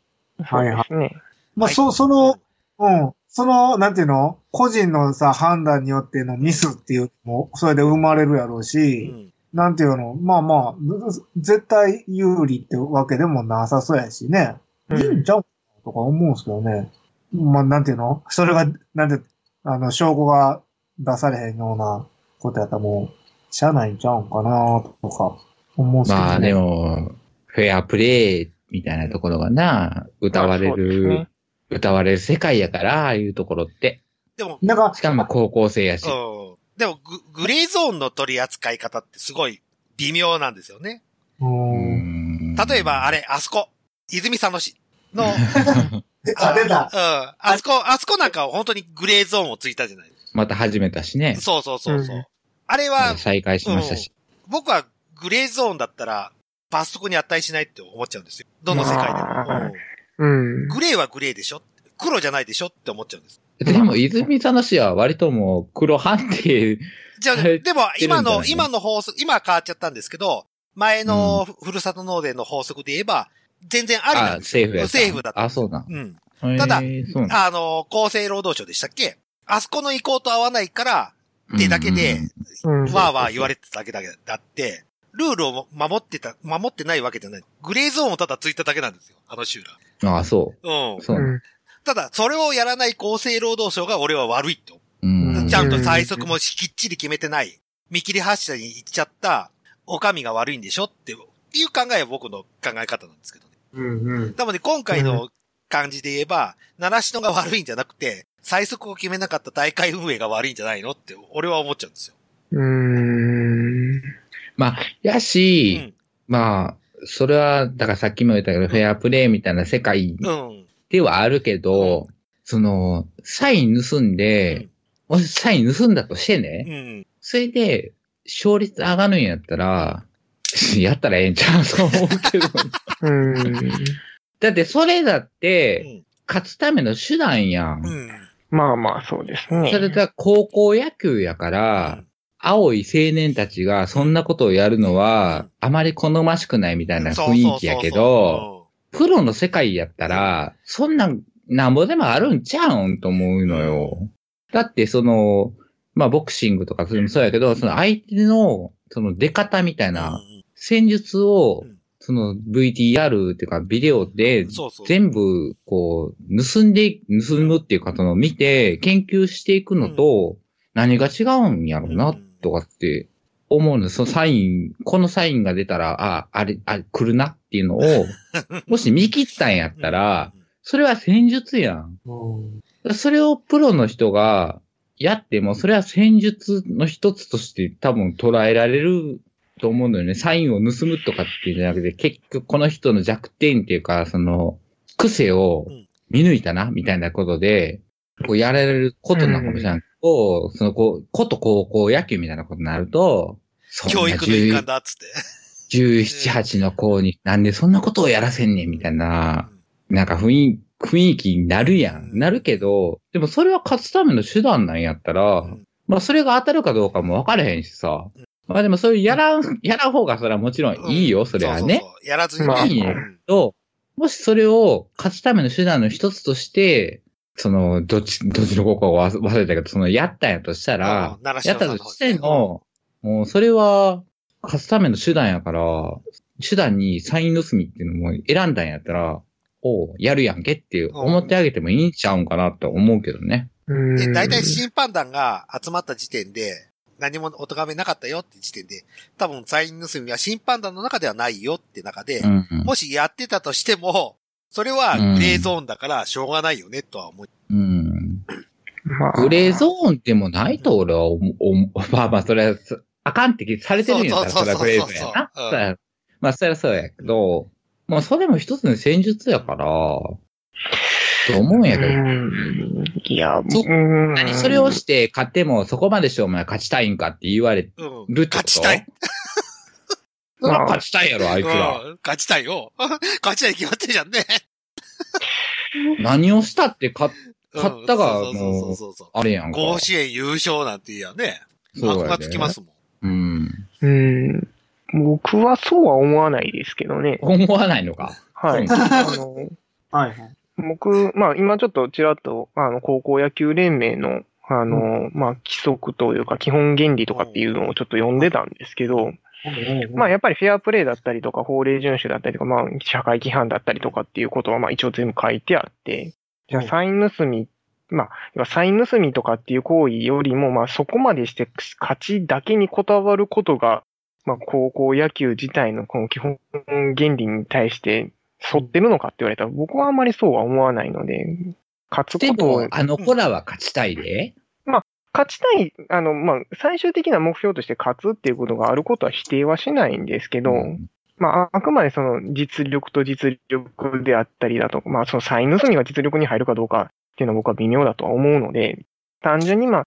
はいは
ですね。
まあ、
はい
そう、その、うん。その、なんていうの個人のさ、判断によってのミスっていうのも、それで生まれるやろう
う
し、
ん。
なんていうのまあまあ、ず絶対有利ってわけでもなさそうやしね。い
うん
いんちゃうとか思うんですけどね。まあ、なんていうのそれが、なんて、あの、証拠が出されへんようなことやったらもう、しゃあないんちゃうんかなとか、思うんですけどね。
まあでも、フェアプレイみたいなところがな、歌われ
まあそうです
る、
ね
歌われる世界やから、ああいうところって。
でも、
なんか
し、かも高校生やし。
うん。でもグ、グレーゾーンの取り扱い方ってすごい微妙なんですよね。
う。
うんん
例えば、、あれ、あそこ、泉佐野市の、うん。
あ、出た。
あそこ、あそこなんかは本当にグレーゾーンをついたじゃない
また始めたしね。
そうそうそうそう。
うん
あれは、
再開しましたし。
僕はグレーゾーンだったら、罰則に値しないって思っちゃうんですよ。どの世界で
ま
も
あ。
うん
うん。
グレーはグレーでしょ黒じゃないでしょって思っちゃうんです。
でも、泉佐野市は割ともう黒判定、
じゃあ、
はい
でも今
出るん
の、
じゃな
今の法則、今は変わっちゃったんですけど、前のふふるさと納税の法則で言えば、全然ありな
あ
ん、です
セーフやった。
セーフだった
あ、そうなん。
うん。
た
だ
そうなん
あの、厚生労働省でしたっけあそこの意向と合わないから、ってだけで、
うん
わーわー言われてただけだだって、ルールを守ってた、守ってないわけじゃない。グレーゾーンをただついただけなんですよ。あの集
うんあ、そ
落。うん
う。。そうなん。
ただ、それをやらない厚生労働省が俺は悪いと
うん
ちゃんと最速もきっちり決めてない、見切り発車に行っちゃった、お上が悪いんでしょっていうっていう考えは僕の考え方なんですけどね。
うんうん。
なので今回の感じで言えば、習志野が悪いんじゃなくて、最速を決めなかった大会運営が悪いんじゃないのって、俺は思っちゃうんですよ。
うん。
まあ、や
う
し、
ん。
まあ、それは、だからさっきも言ったけど、フェアプレイみたいな世界
うん。
ではあるけど、その、サイン盗んで、もしサイン盗んだとしてね、
うん。
それで、勝率上がるんやったら、 やったらええんちゃうと思う けど。
うん。
だって、それだっ
う
て、
ん。
勝つための手段や。
うんん。
まあまあ、そうですね。
それが高校野球やから、青い青年たちがそんなことをやるの
う
は
ん、
あまり好ましくないみたいな
そう
雰
そうそうそう
囲気やけど、、プロの世界やったら、そんなん、なんぼでもあるんちゃうんと思うのよ。だって、その、まあ、ボクシングとかそれもそうやけど、その相手の、その出方みたい
うん
な
うん
戦術
う
を
ん、
その VTR っていうかビデオで
そうそう
全部こう盗んで、盗むっていうかその見て研究していくのと何が違うんやろう
う
なんとかって思うの。そのサイン、このサインが出たら、あ、あれ、あれ来るなっていうのを、もし見切ったんやったら、、それは戦術やん。
うん
それをプロの人がやっても、それは戦術の一つとして多分捉えられると思うのよね。サインを盗むとかっていうんじゃなくて、結局この人の弱点っていうか、その、癖を見抜いたな、みたいなことで、こうやられることなのかもしれない。こうその、こう、こと高校野球みたいなことになると、そんな
教育の一環だっつって。
17、8の子に、なんでそんなことをやらせんねんみたいな、なんか雰囲雰囲気になるやん。なるけど、でもそれは勝つための手段なんやったら、まあそれが当たるかどうかも分からへんしさ。まあでもそういうやらん、 やらん方がそれはもちろんいいよ、それは
そ
ね。
うそうやらずに、
まあいいねんけど、もしそれを勝つための手段の一つとして、その、どっち、どっちの高校を忘れたけど、その、やったんやとしたら
うん、奈良
や
市長
っ
さ
た
んの
と
方
しての、もう、それは、勝つための手段やから、手段にサイン盗みっていうのも選んだんやったら、おうやるやんけっていう、
ん
思ってあげてもいいんちゃうんかなと思うけどね。
で、大体審判団が集まった時点で、何もお咎めなかったよって時点で、多分サイン盗みは審判団の中ではないよって中で、
うんうん
もしやってたとしても、それはグレーゾーンだからしょうがないよねとは思う。
うん。グレーゾーンでもないと俺は思う、思うまあまあ、それは、あかんってされてるんやったら、
そう
そ
そ
れ
う
は
そうそう
グレーゾーンやな。
う
そ
ん
りゃまあ、それはそうやけど、まあ、それも一つの戦術やから、と思うんやけど、
いや、
そ
うん
何それをして勝っても、そこまでしてお前勝ちたいんかって言われ
うん。
るってこ
勝
と
ち たい。
そりゃ勝ちたいやろ、あいつら。
うん勝ちたいよ。 勝ちたいに決まってるじゃんね。
何をしたって勝勝った
う
が、
んそうそ
も
うそう
う
そうそう、
あれやんか。
甲子園優勝なんていいやんね。
そうや
悪
ね
がつきますもん。
うん。
うん。僕はそうは思わないですけどね。
思わないのか。
はい。
そう
あの、
はいはい。
僕、まあ今ちょっとちらっと、あの、高校野球連盟の、あの、まあ規則というか基本原理とかっていうのをちょっと読んでたんですけど、まあやっぱりフェアプレーだったりとか法令遵守だったりとか、まあ社会規範だったりとかっていうことはまあ一応全部書いてあって、じゃあサイン盗み、まあ、要はサイン盗みとかっていう行為よりも、まあそこまでして勝ちだけにこだわることが、まあ高校野球自体のこの基本原理に対して沿ってるのかって言われたら僕はあまりそうは思わないので、勝つ
で
ことを
も、あの子らは勝ちたいで。
勝ちたい、あの、まあ、最終的な目標として勝つっていうことがあることは否定はしないんですけど、
うん
まあ、あくまでその実力と実力であったりだとか、まあ、そのサイン盗みが実力に入るかどうかっていうのは僕は微妙だとは思うので、単純にま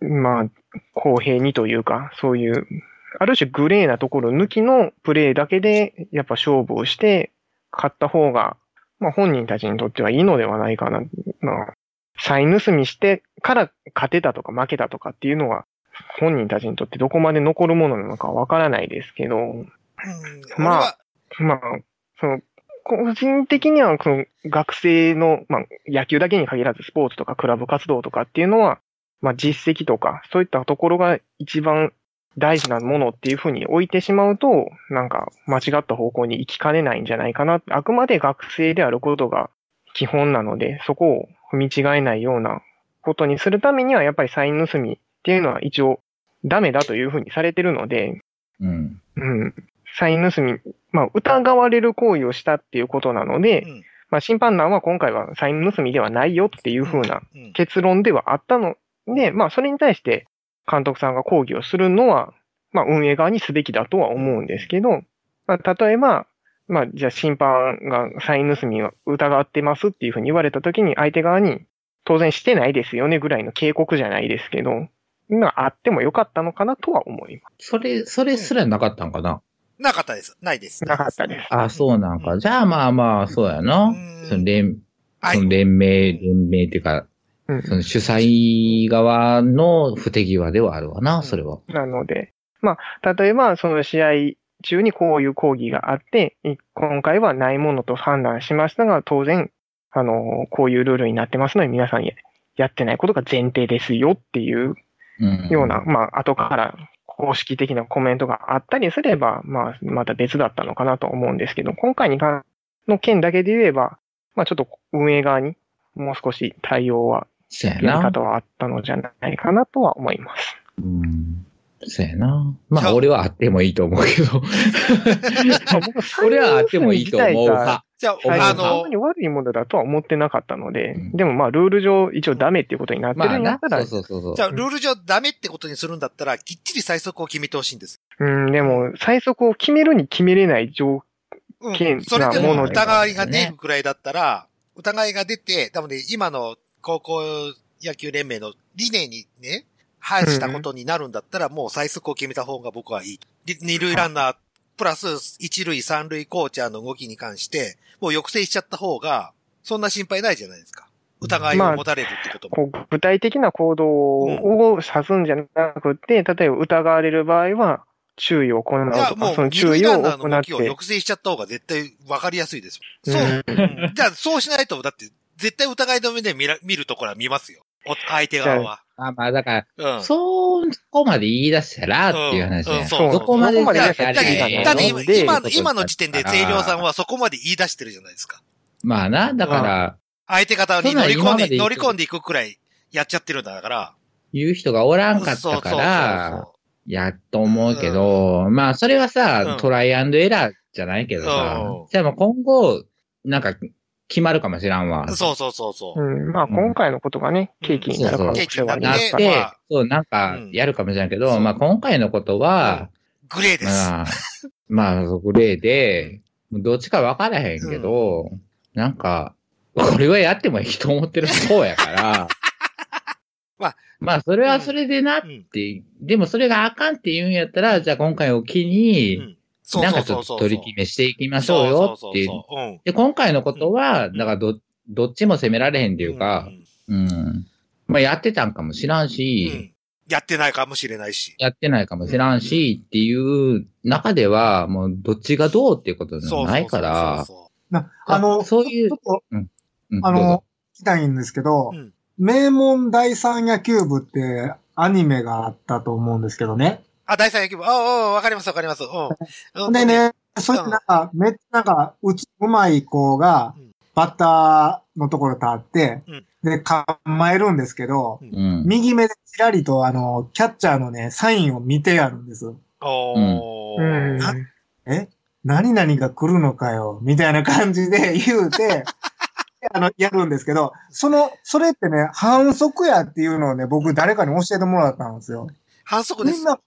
あ、まあ、公平にというか、そういう、ある種グレーなところ抜きのプレーだけで、やっぱ勝負をして、勝った方が、まあ本人たちにとってはいいのではないかな。まあ、サイン盗みしてから勝てたとか負けたとかっていうのは、本人たちにとってどこまで残るものなのかわからないですけど、
うん
まあ、まあ、その、個人的には、その、学生の、まあ、野球だけに限らず、スポーツとかクラブ活動とかっていうのは、まあ、実績とか、そういったところが一番大事なものっていうふうに置いてしまうと、なんか、間違った方向に行きかねないんじゃないかな。あくまで学生であることが基本なので、そこを踏み違えないようなことにするためには、やっぱりサイン盗みっていうのは一応、ダメだというふうにされてるので、
うん。
うん。サイン盗み、まあ、疑われる行為をしたっていうことなので、
うん
まあ、審判団は今回はサイン盗みではないよっていうふうな
うん
結論ではあったので、まあ、それに対して監督さんが抗議をするのは、まあ、運営側にすべきだとは思うんですけど、まあ、例えば、まあ、じゃあ審判がサイン盗みを疑ってますっていうふうに言われたときに、相手側に当然してないですよねぐらいの警告じゃないですけど、まあ、あってもよかったのかなとは思いま
それ、それすらなかったんかな。
なかったです。ないです。
す。なかったです。
あ、そうなん
う
か。
ん
じゃあまあまあ、そうや
う。
なんその連、
は
その
い。
連盟、連盟っていうか、
うん
その主催側の不手際ではあるわな、それは。
なので、まあ、例えば、その試合中にこういう抗議があって、い今回はないものと判断しましたが、当然、あの、こういうルールになってますので、皆さんややってないことが前提ですよっていう
うん。
ような、。まあ、後から公式的なコメントがあったりすれば、まあ、また別だったのかなと思うんですけど、今回に関の件だけで言えば、まあ、ちょっと運営側にもう少し対応は、
そうや
やり
な。
方はあったのじゃないかなとは思います。
うん。そうやな。まあ、俺はあってもいいと思うけど。俺はあってもいいと思う派。
じゃあ、
はい
あ
あん
の
ま、り悪いものだとは思ってなかったので、でもまあ、ルール上、一応ダメっていうことになって
ま
る
あ
んや
な
った、ら、
そうそうそう
じゃ
そ
あ、ルール上ダメってことにするんだったら、きっちり最速を決めてほしいんです。
うん、でも、最速を決めるに決めれない状
う
剣
ん。それで
なも
も
の
疑いが出るくらいだったら、疑いが出て、多分ね、今の高校野球連盟の理念にね、反したことになるんだったら、もう最速を決めた方が僕はいい。で二塁ランナー、プラス一塁三塁コーチャーの動きに関して、もう抑制しちゃった方が、そんな心配ないじゃないですか。疑いを持たれるってことも。
こう具体的な行動を指すんじゃなくて、例えば疑われる場合は、注意を行う
じゃあ
と
も、
か、そうの
二
注
塁
意
ラ
を
ンナーの
行
動
っ
きを
て、
抑制しちゃった方が絶対わかりやすいです。そう。
う
うんじゃあ、そうしないと、だって、絶対疑いの目で見ら見るところは見ますよ。お相手側は。
う。あまあ、だから、
うん。
そこまで言い出したらっていう話
うん
ね。
そう
そこまで
そこまで
じゃあ
や
だ
った
っ
らいい
や
だ
れ
て
ろう
だって今
っていう
今
こと
の、
にな
今
った
の
ら
時点で、清涼さんはそこまで言い出してるじゃないですか。
まあな、だから、
相手方に乗り
そんな
込ん
ん今ま
で、
で言
乗
っ
り
てる
込んでいくくらいやっちゃってるんだから。
言う人がおらんかっ
そうそ
た
うそうそう
から、やっと思うけど、まあ、それは
うん
さ、トライアンドエラーじゃないけどさ
うん、
じゃあもう今後、なんか、決まるかもしらんわ。
そうそうそうそうう。
ん、まあ今回のことがね、
うん
契機になる可能性はあり
な
ま
っ
す
そ
か
うそうそうま
ら、
て
あ、
そう、なんか、やるかもしれんけど、
うん
まあ、今回のことは、
グレーです。
まあ、まあ、グレーで、どっちか分からへんけど、なんか、これはやってもいいと思ってる方やから、
まあ、
まあ、それはそれでなっ
うん
て、でもそれがあかんって言うんやったら、じゃあ今回を機
う
に、
んそう
なん
そ
か
う
ち
そ
ょ
う
っ
そ
と
う。
取り決めしていきましょうよっていう。
そうそうそうそう
で、今回のことは、
ん
だからど、どっちも責められへんって
うん。
いうか
ん、ん
うん。まあ、やってたんかもしらんし、
うんやってないかもしれないし。
やってないかもしらんし、っていう中では、もうどっちがどうっていうことじ
そ
ゃ
う
ないから、
そ
なあの、
そういう
ちょっと、
うん
あ、
どう
の
ぞ、
聞きたいんですけど
うそう、うん。
名門第三野球部ってアニメがあったと思うんですけどね。
あ、第三野球部。ああ、わかりますわかります。うんうん。
でね、そしてなんか、めっちゃなんか、うち、うまい子が
うん、
バッターのところ立って
うん、
で、構えるんですけど、
うん。
右目でちらりと、あの、キャッチャーのね、サインを見てやるんです。
お
う
ー。
ん。
え何々が来るのかよみたいな感じ で言うて、あの、やるんですけど、その、それってね、反則やっていうのをね、僕誰かに教えてもらったんですよ。
反則で
みん
す。
な、ね、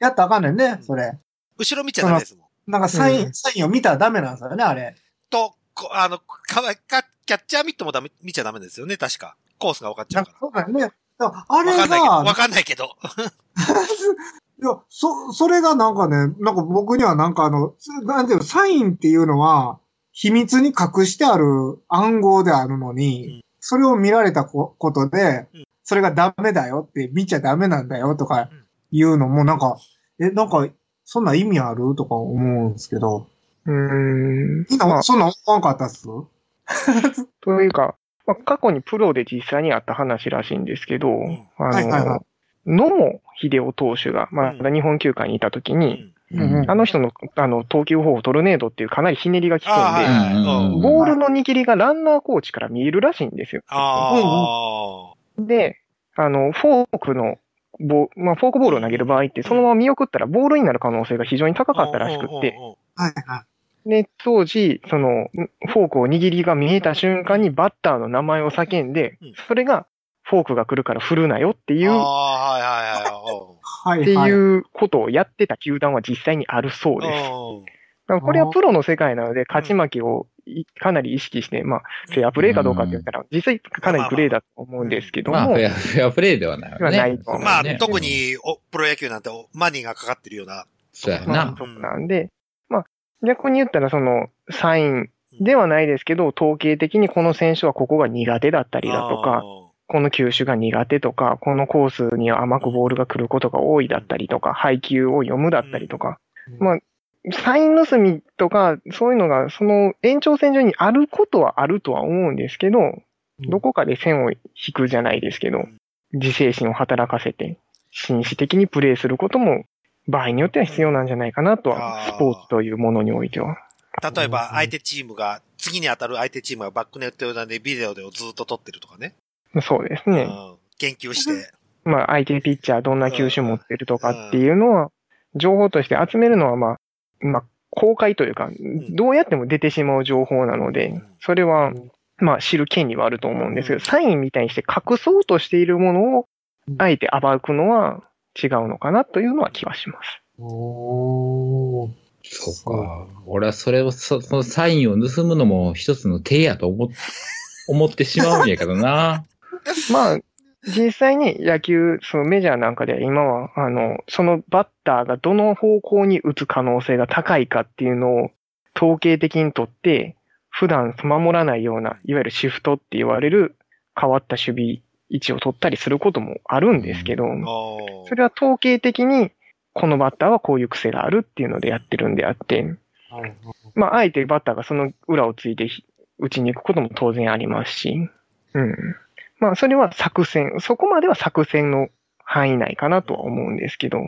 やったらあかんねんね、それ。
後ろ見ちゃダメですもん。
なんかサイン、
うん
サインを見たらダメなんですよね、あれ。
と、こあの、かわか、キャッチャーミットもダメ、見ちゃダメですよね、確か。コースが分かっちゃ
な
うんか
かそうだよね。だからあ
ら。
れ
わかんないけど、わ
が、
かんないけど。
いや、そ、それがなんかね、なんか僕にはなんかあの、すなんていうの、サインっていうのは、秘密に隠してある暗号であるのに、
うん
それを見られたこことで、
うん
それがダメだよって、見ちゃダメなんだよとか
うん
いうのもなんか、え、なんか、そんな意味あるとか思うんですけど、
うん。
みん
ま
な
あ
そんな思わんかったっすう
というか、まあ、過去にプロで実際にあった話らしいんですけど、
ん
あの、
はいはいはい
野茂秀夫投手が、まだ日本球界にいたとき
う
に、
ん。
うん
あの人の、あの、投球方法トルネードっていうかなりひねりが効くんで、
あーはいうん
ボールの握りがランナーコーチから見えるらしいんですよ。
あ
で、あの、フォークのボ、まあ、フォークボールを投げる場合って、そのまま見送ったらボールになる可能性が非常に
あ。
高かったらしくっ
う
て、
んうんうんうん。
はいは。
で、当時、その、フォークを握りが見えた瞬間にバッターの名前を叫んで
うん、
それが、フォークが来るから振るなよっていう、っ
ああー、はいはいはい
はい
て
はい。
いうことをやってた球団は実際にあるそうです。
い
だ
うん。うん
から これはプロの世界なので、勝ち負けをいかなり意識して、まあ、フェアプレーかどうかって言ったら、実際かなりグレーだと思うんですけども、
まあ、フェア、フェアプレイではないよね。
ではないと思う
まあ、
ね
特、にお、プロ野球なんておマニーがかかってるような。
そうや
まあ
な。
そうなんで、まあ、逆に言ったら、その、サインで
は
はないですけど、統計的にこの選手はここが苦手だったりだとか、この球種が苦手とか、このコースには甘くボールが来ることが多いだったりとか、配球を読むだったりとか、
うん
まあ、サイン盗みとか、そういうのが、その延長線上にあることはあるとは思うんですけど、どこかで線を引くじゃないですけど、自制心を働かせて、紳士的にプレーすることも、場合によっては必要なんじゃないかなと
あ
は、
ー
スポーツというものにおいては。
例えば、相手チームが、次に当たる相手チームがバックネット用なんでビデオでずっと撮ってるとかね。
そうです
う
ね。
ん。研究して。
まあ、相手ピッチャーどんな球種持ってるとかっていうのは、情報として集めるのは、まあ、まあ、公開というか、どうやっても出てしまう情報なので、それは、まあ、知る権利はあると思うんですけど、サインみたいにして隠そうとしているものを、あえて暴くのは違うのかなというのは気はします。
おー。
そうか。俺はそれを、そそのサインを盗むのも一つの手やと思っ、思ってしまうんやけどな。
まあ、実際に野球、そのメジャーなんかで今は、あの、そのバッターがどの方向に打つ可能性が高いかっていうのを統計的にとって、普段守らないような、いわゆるシフトって言われる変わった守備位置を取ったりすることもあるんですけど、
お
それは統計的に、このバッターはこういう癖があるっていうのでやってるんであって、まあ、あえてバッターがその裏をついてひ打ちに行くことも当然ありますし、うん。まあ、それは作戦、そこまでは作戦の範囲内かなとは思うんですけど、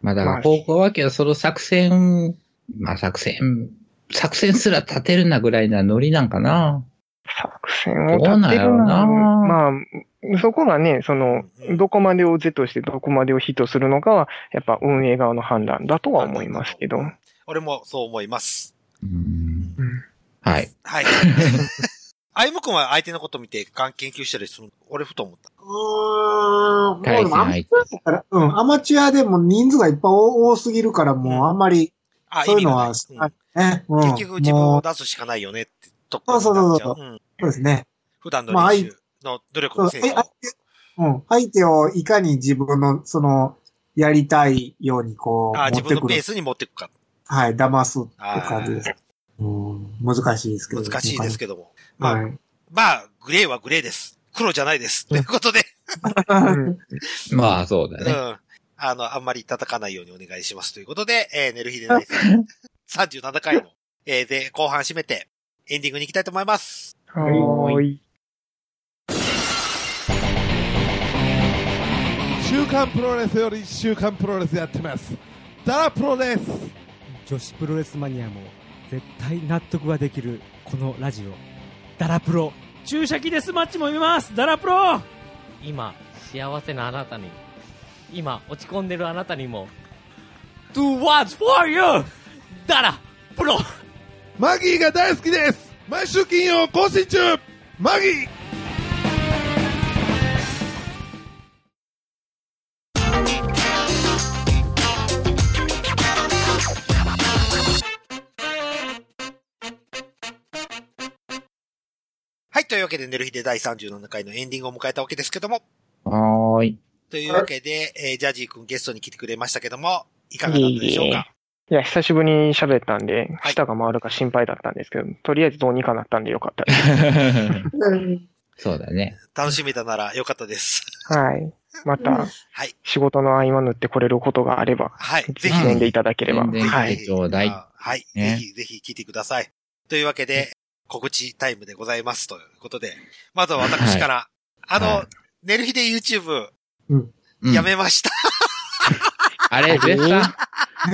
まあだか
ま
ら
あ
方向はけど、その作戦、まあ作戦、作戦すら立てるなぐらいなノリなんかな。
作戦を立て
ど
る
うなんやろ
な。
う
まあ、そこがね、その、どこまでを是としてどこまでを非とするのかは、やっぱ運営側の判断だとは思いますけど、
俺もそう思います。
うんはい。
はい。あゆむくんは相手のこと見て勘研究したりする俺ふと思った。
うーん、もう
対
で
戦
もア
相
マチ
手。
ュアだから、うん、アマチュアでも人数がいっぱい多すぎるから、もうあんまり、
あ、
そういうの
意
は
味がない
ね、うん。
うん結局自分
も
を
う
出すしかないよねってとこ
そうそうそうそう
になっちゃうん
そうですね。
普段の練習の努力
そう
の
相
成
手
果を。
うん、相手をいかに自分の、その、やりたいようにこう、
あ、
持
自
って
分の
く
ペー
る。
スに持っていくか。
はい、騙すって感じです。うん、難しいですけど。
難しいですけども。
ど。
まあ、
はい。
まあ、グレーはグレーです。黒じゃないです。ということで、
うん
まあそうだ
う
ね。
ん。あの、あんまり叩かないようにお願いしますということで、えー、寝る日で ない。37回の、えー、で、後半締めて、エンディングに行きたいと思います。
はーい。
週刊プロレスより週刊プロレスやってます。ダラプロです。
女子プロレスマニアも絶対納得ができるこのラジオダラプロ注射器デスマッチも見ますダラプロ
今、幸せなあなたに、今、落ち込んでるあなたにも、
Do what's for you!
ダラプロ
マギーが大好きです。毎週金曜更新中。マギー。
はい、というわけで、寝る日で第37回のエンディングを迎えたわけですけども、
はーい。
というわけで、えー、ジャージー君ゲストに来てくれましたけども、いかがだったでしょうか
いや、久しぶりに喋ったんで、
はい
舌が回るか心配だったんですけど、とりあえずどうにかなったんでよかったで
そうだね。
楽しめたならよかったです。
す。はい。また、
はい。
仕事の合間縫ってこれることがあれば、
はい、ぜひ
実
ね
現でいただければ。
全然
は
はい
い。
ちょうだい
あはい。
ね
ぜひ、ぜひ聞いてください。というわけで、告知タイムでございますということで、まずは私から、あの、
はい
寝る日で YouTube
うん
やめました。
あれ、絶賛、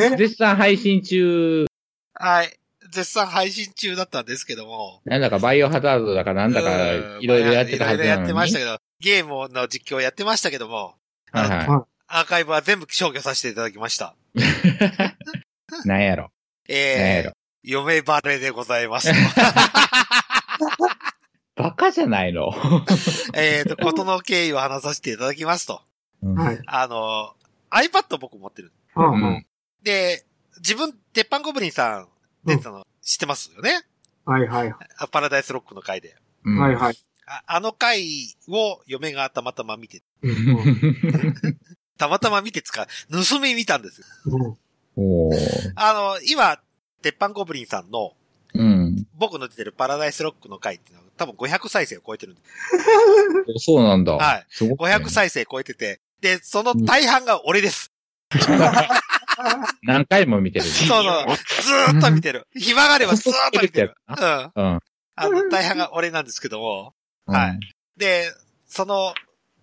え
絶賛配信中、
はい。絶賛配信中だったんですけども。
なんだかバイオハザードだかなんだ
う
か、
ん
いろいろやってたはず
いろいろ
なの
や
に。
ってましたけど、ゲームの実況やってましたけども、
はい
あ
は
アーカイブは全部消去させていただきました。
い。なんやろ。なんや
え
ろ
ー、。嫁バレでございます。
バカじゃないの。
えっと、ことの経緯を話させていただきますと。
うん
はい。
あの、iPad 僕持ってる。
うん
う
うん
ん
で、自分、鉄板ゴブリンさん出てたの知ってますよね、
はいはい。
あパラダイスロックの回で。
うん
はいはい。
ああの回を嫁がたまたま見て、
うん
たまたま見てつか、盗み見たんですよ。
うん
おー
あの、今、鉄板ゴブリンさんの
うん。
僕の出てるパラダイスロックの回っていうのは多分500再生を超えてるんです。
そうなんだ。
はい。
すごくね
500再生超えてて、で、その大半が俺です。
何回も見てる。
そうそう。ずーっと見てる。暇があればずーっと見てる。う。
うんうん。
あの、大半が俺なんですけども。はい。で、その、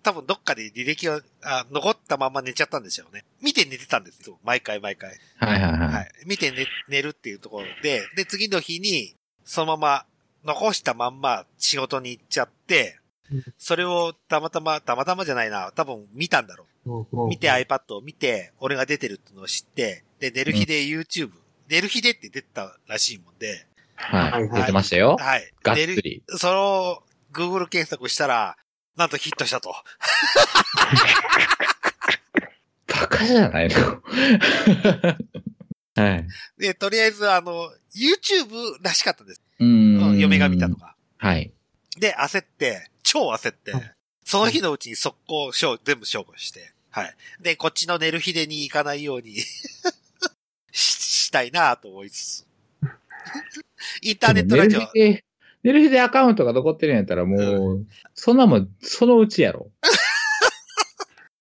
多分どっかで履歴をあ残ったまま寝ちゃったんでしょうね。見て寝てたんですよ。毎回毎回。
はいはい
は
はい
い。見て寝寝るっていうところで、で、次の日に、そのまま、残したまんま仕事に行っちゃって、それをたまたま、たまたまじゃないな、多分見たんだろう。見て iPad を見て、俺が出てるってのを知って、で、寝る日で YouTube、寝る日でって出てたらしいもんで、
はい。出てましたよ。
はい。
がっつ
寝
り
る。それを Google 検索したら、なんとヒットしたと。
バカじゃないの はい。
で、とりあえず、あの、YouTube らしかったです。
うーん。
嫁が見たと
か。はい。
で、焦って、超焦って、その日のうちに速攻、しょう全部消去して、はい。で、こっちの寝る日でに行かないように し、したいなぁと思いつ つ。インターネット
寝
ラ
る
ジオ
日、で、寝る日でアカウントが残ってるんやったらもう、そんなもん、そのうちやろ。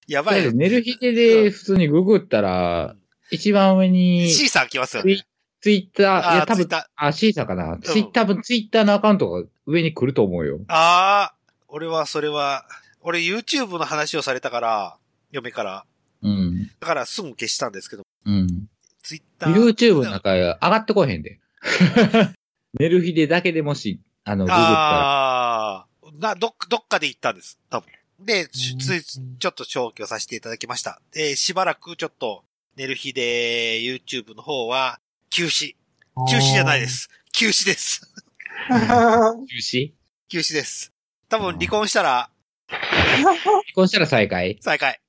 やばい
だ
よ
って。寝る日でで普通にググったら、一番上に、
C さん来ますよね。
ツイッター、いや、多
ツイ
分
ッター、
あ、シーサーかな。ツイッター、多分ツイッターのアカウントが上に来ると思うよ。
ああ、俺はそれは、俺 YouTube の話をされたから、嫁から。
うん。
だからすぐ消したんですけど、
うん。
Twitter
YouTube の中上がってこへん で。寝る日でだけでもし、あの、ググったら。
ああ、な、どっ、どっかで行ったんです、多分。で、つつい、ちょっと消去させていただきました。で、しばらくちょっと、寝る日で、YouTube の方は、休止。休止じゃない です。休止です。
休止
休止です。多分、離婚したら、
離婚したら再開
再開。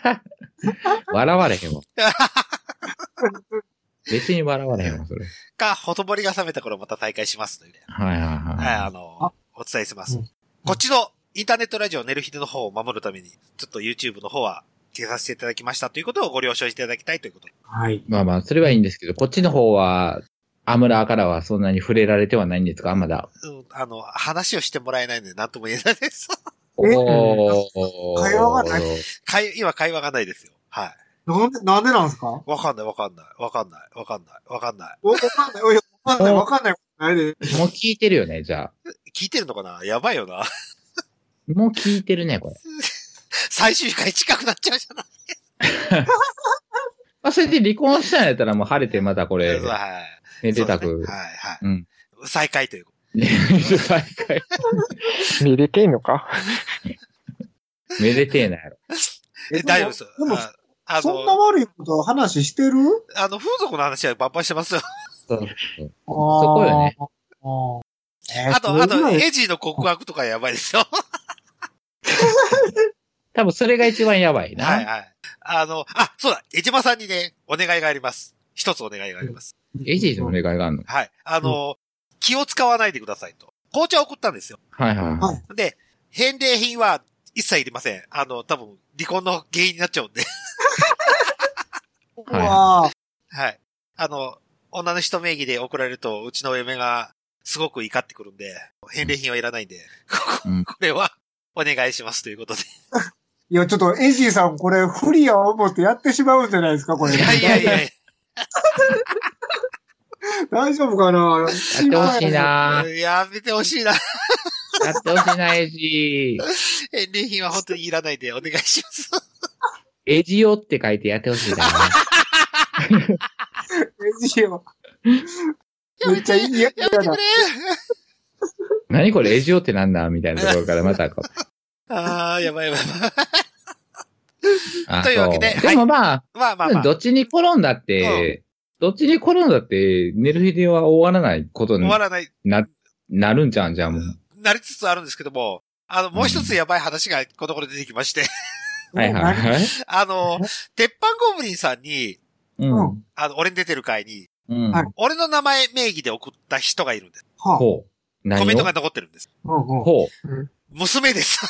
笑われへんわ。別に笑われへんわ、それ。
か、ほとぼりが冷めた頃また再開しますので。
はいはいはい。
はい、あの、お伝えします。こっちのインターネットラジオ寝る日の方を守るために、ちょっと YouTube の方は消させていただきましたということをご了承いただきたいということで。
はい。
まあまあ、それはいいんですけど、こっちの方は、アムラーからはそんなに触れられてはないんですかまだ。
うん、あの、話をしてもらえないので何とも言えないです。
おー。
会話がない会今会話がないですよ。はい。
なんで、なんでなんですか
わかんない、わかんない、わかんない、わかんない、わかんない。
わかんない、おいわかんない、わかんないことないで。
もう聞いてるよね、じゃあ。
聞いてるのかなやばいよな。
もう聞いてるね、これ。
最終回近くなっちゃうじゃない
まあ、それで離婚したんやったらもう晴れてまたこれ
そうそう、はい。
めでた
そう
く
ですね。はい、はい。
うん。
再開というこ
再開。
見れてんのか
めでてえなやろ。
とで。え大丈夫です。
でも、
ああ
そんな
の、
悪いこと話してる
あの、風俗の話はバンバンしてますよ。
そうそう
そ
こよね。
ね
あと、あと、エジーの告白とかやばいですよ。
多分それが一番やばい な。
はいはい。あの、あ、そうだ、江島さんにね、お願いがあります。一つお願いがあります。
エジーのお願いがあるの。
はい。あの、気を使わないでくださいと。紅茶を送ったんですよ。
はいはいはい。
で、返礼品は一切いりません。あの、多分、離婚の原因になっちゃうんで。
はいう
は
わ
い。あの、女の人名義で送られると、うちの嫁がすごく怒ってくるんで、返礼品はいらないんで、
うん
これはお願いしますということで。
いや、ちょっと、エイジーさん、これ、不利や思ってやってしまうんじゃないですか、これ。
いやいやいやいや。
大丈夫かな
やってほしいな
うん やめてほしいな。
やってほしいな、エジー。
返礼品は本当にいらないでお願いします。
エジオって書いてやって ほしいな。
エイジーは。めっちゃ嫌や
やめて
だ
くれ。
何これ、エジオってなんだみたいなところからまたこう。
ああ、やばいやばいやばい。
あ
というわけで
そ
はい
でもまあ、
まあまあまあ。
どっちに転んだって、どっちに転んだって、寝る日では終わらないこと
終
に
わらない、
な、なるんじゃうん、じゃあもう。
なりつつあるんですけども、あの、もう一つやばい話がこの頃出てきまして、
はいはいはい。
あの、鉄板ゴブリンさんに、
うん。
あの、俺に出てる回に、
うん。
はい
俺の名前名義で送った人がいるんです。
は
ほう。何
コメント
を
が残ってるんです。
うんうん
ほう。
娘です。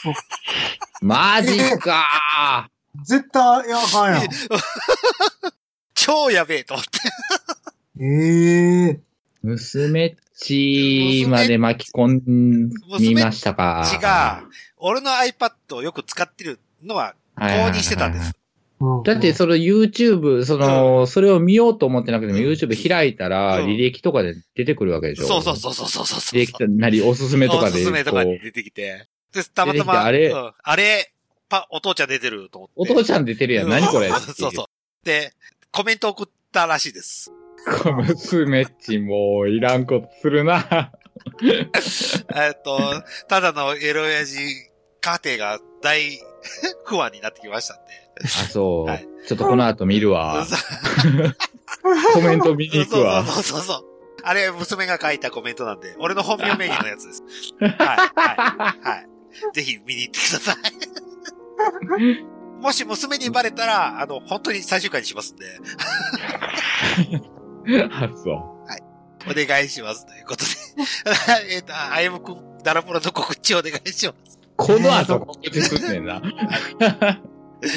マジか
絶対、いや、あかんやん。
超やべえと思って。
ええ
ー娘っちまで巻き込みましたか。
違う。俺の iPad をよく使ってるのは、
はいはいはいはい
購入してたんです。
うん
だって、その YouTube、その、それを見ようと思ってなくても YouTube 開いたら、
うん
履歴とかで出てくるわけでしょ
そうそうそうそうそうそうそう。
履歴なり、おすすめとか
おす
で。
すめとか
こ
に
う
出てきて。で、たまた
出てき
ま、
てあれ
うんあれ、パ、お父ちゃん出てると思って。
お父ちゃん出てるやん。何これ
うん そうそう。で、コメント送ったらしいです。
娘っちもういらんことするな。
えっと、ただのエロ親父家庭が大 不安になってきましたんで。
あ、そう、ちょっとこの後見るわ。コメント見に行くわ。
そうそうそうそう。あれ、娘が書いたコメントなんで、俺の本名名義のやつ です。はい、はい、はい。ぜひ見に行ってくださ い。もし娘にバレたら、あの、本当に最終回にしますんで、
あ、そ
お願いします。ということ で。えっと、ああやむくん、ダラポラの告知お願いします。
う。この後告知すんねん な。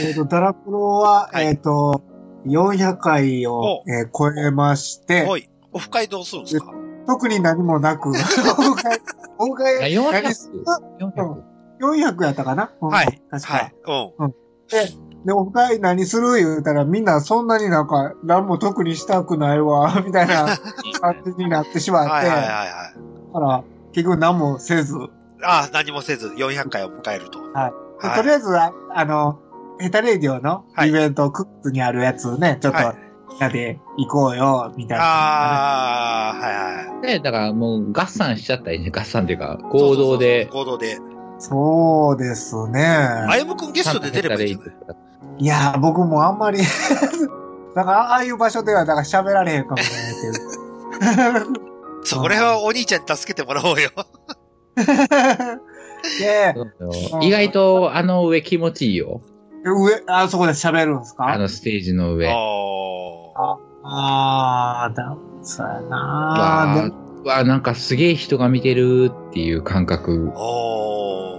えっと、ダラプロは、えっと、400回を、えー超えまして、
はい。オフ会どうするんですか
特に何も なく、今回、今回、何す400やったかなはい。確か。
はい。うん。
で、オフ会何する言うたら、みんなそんなになんか、何も特にしたくないわ、 みた いな感じになってしまって、
はいはいはい
だ
はい。
から、結局何もせず、
ああ、何もせず400回を迎えると。
はい。
はい
とりあえずは、あの、ヘタレイディオのイベント、クックにあるやつをね、ちょっと、みんなで行こうよ、みたいな。
ああ、はいはい。
で、だからもう合算しちゃったりね、合算っていうか、行動で。
行動で。
そうですね。
あやむくんゲストで出ればいいじゃない
いやー、僕もあんまり、 だから、ああいう場所では、だから喋られへんかもしれないけど。
そこら辺はお兄ちゃんに助けてもらおうよ。
で、
意外とあの上気持ちいいよ。
上、あそこで喋るんです
あ
か
のステージの上。
あー、だ、そうやなー
わ
でも
あ、わあなんかすげえ人が見てるっていう感覚。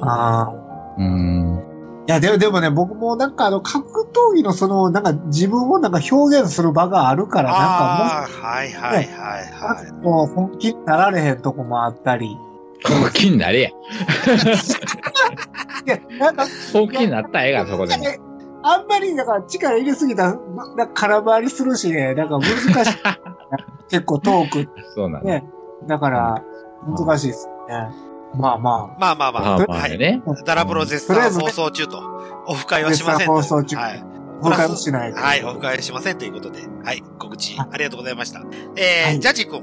あ
うーん。
いや、でも、でもね、僕もなんかあの、格闘技のその、なんか自分をなんか表現する場があるから、なん
あ
か
あ、はいはいはいはい。
もう、もう本気になられへんとこもあったり。
本気になれや。
いや、なんか、
本気になったらええが、そこでも。
ねあんまり、だから力入れすぎたら、な空回りするしね、なんか難し い。結構トークって
そうなんだ。
ね。だから、難しいですね。まあま
まあまあまあ。
まあまあ
はい
ね。
ダラプロ絶
とりあえ
賛
ずね
放送中と。オフ会
あ。
はしませんと。
放送中。
はい。
放送もしない。
はい、オフ会はしませんということで。はい、告知ありがとうございました。えー、ジャッジ君。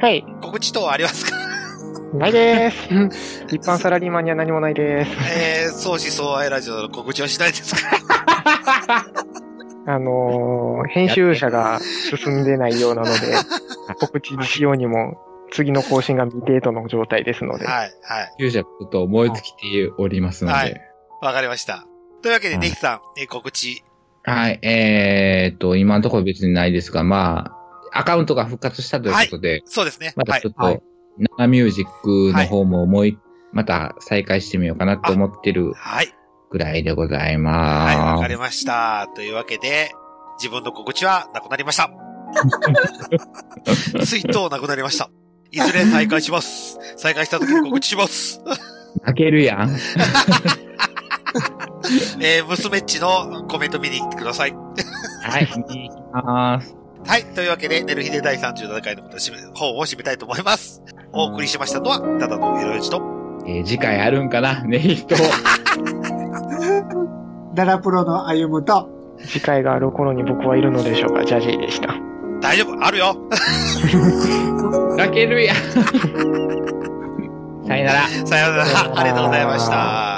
はい。
告知等ありますか
ないです。 一般サラリーマンには何もないです。
えー、相思相愛ラジオの告知はしないですか
あのー編集者が進んでないようなの で、告知しようにも、次の更新が未定との状態ですので。
はい、はい。
勇者こと燃え尽きておりますので。
は
はいい。
わかりました。というわけで、ネヒさん、えー告知。
えーっと、今のところ別にないですが、まあ、アカウントが復活したということで、
そうですね。
ま
は
た
い
ちょっと、。生ミュージックの方ももうい、また再開してみようかなと思ってる
はい。
ぐらいでございます。
はい、わかりました。というわけで、自分の告知はなくなり ました。ツイートなくなりました。いずれ再開します。再開した時に告知します。
泣けるやん。
えー、娘っちのコメント見に来てください。
はい、見に行きます。
はい。というわけで、寝る日で第37回のことを締め本を締めたいと思います。お送りしましたのは、ただのエロエチと、
えー次回あるんかなネヒト。
ダラプロの歩むと、
次回がある頃に僕はいるのでしょうか。ジャジーでした。
大丈夫、あるよ。
泣けるやん。さよなら。
さようなら。ありがとうございました。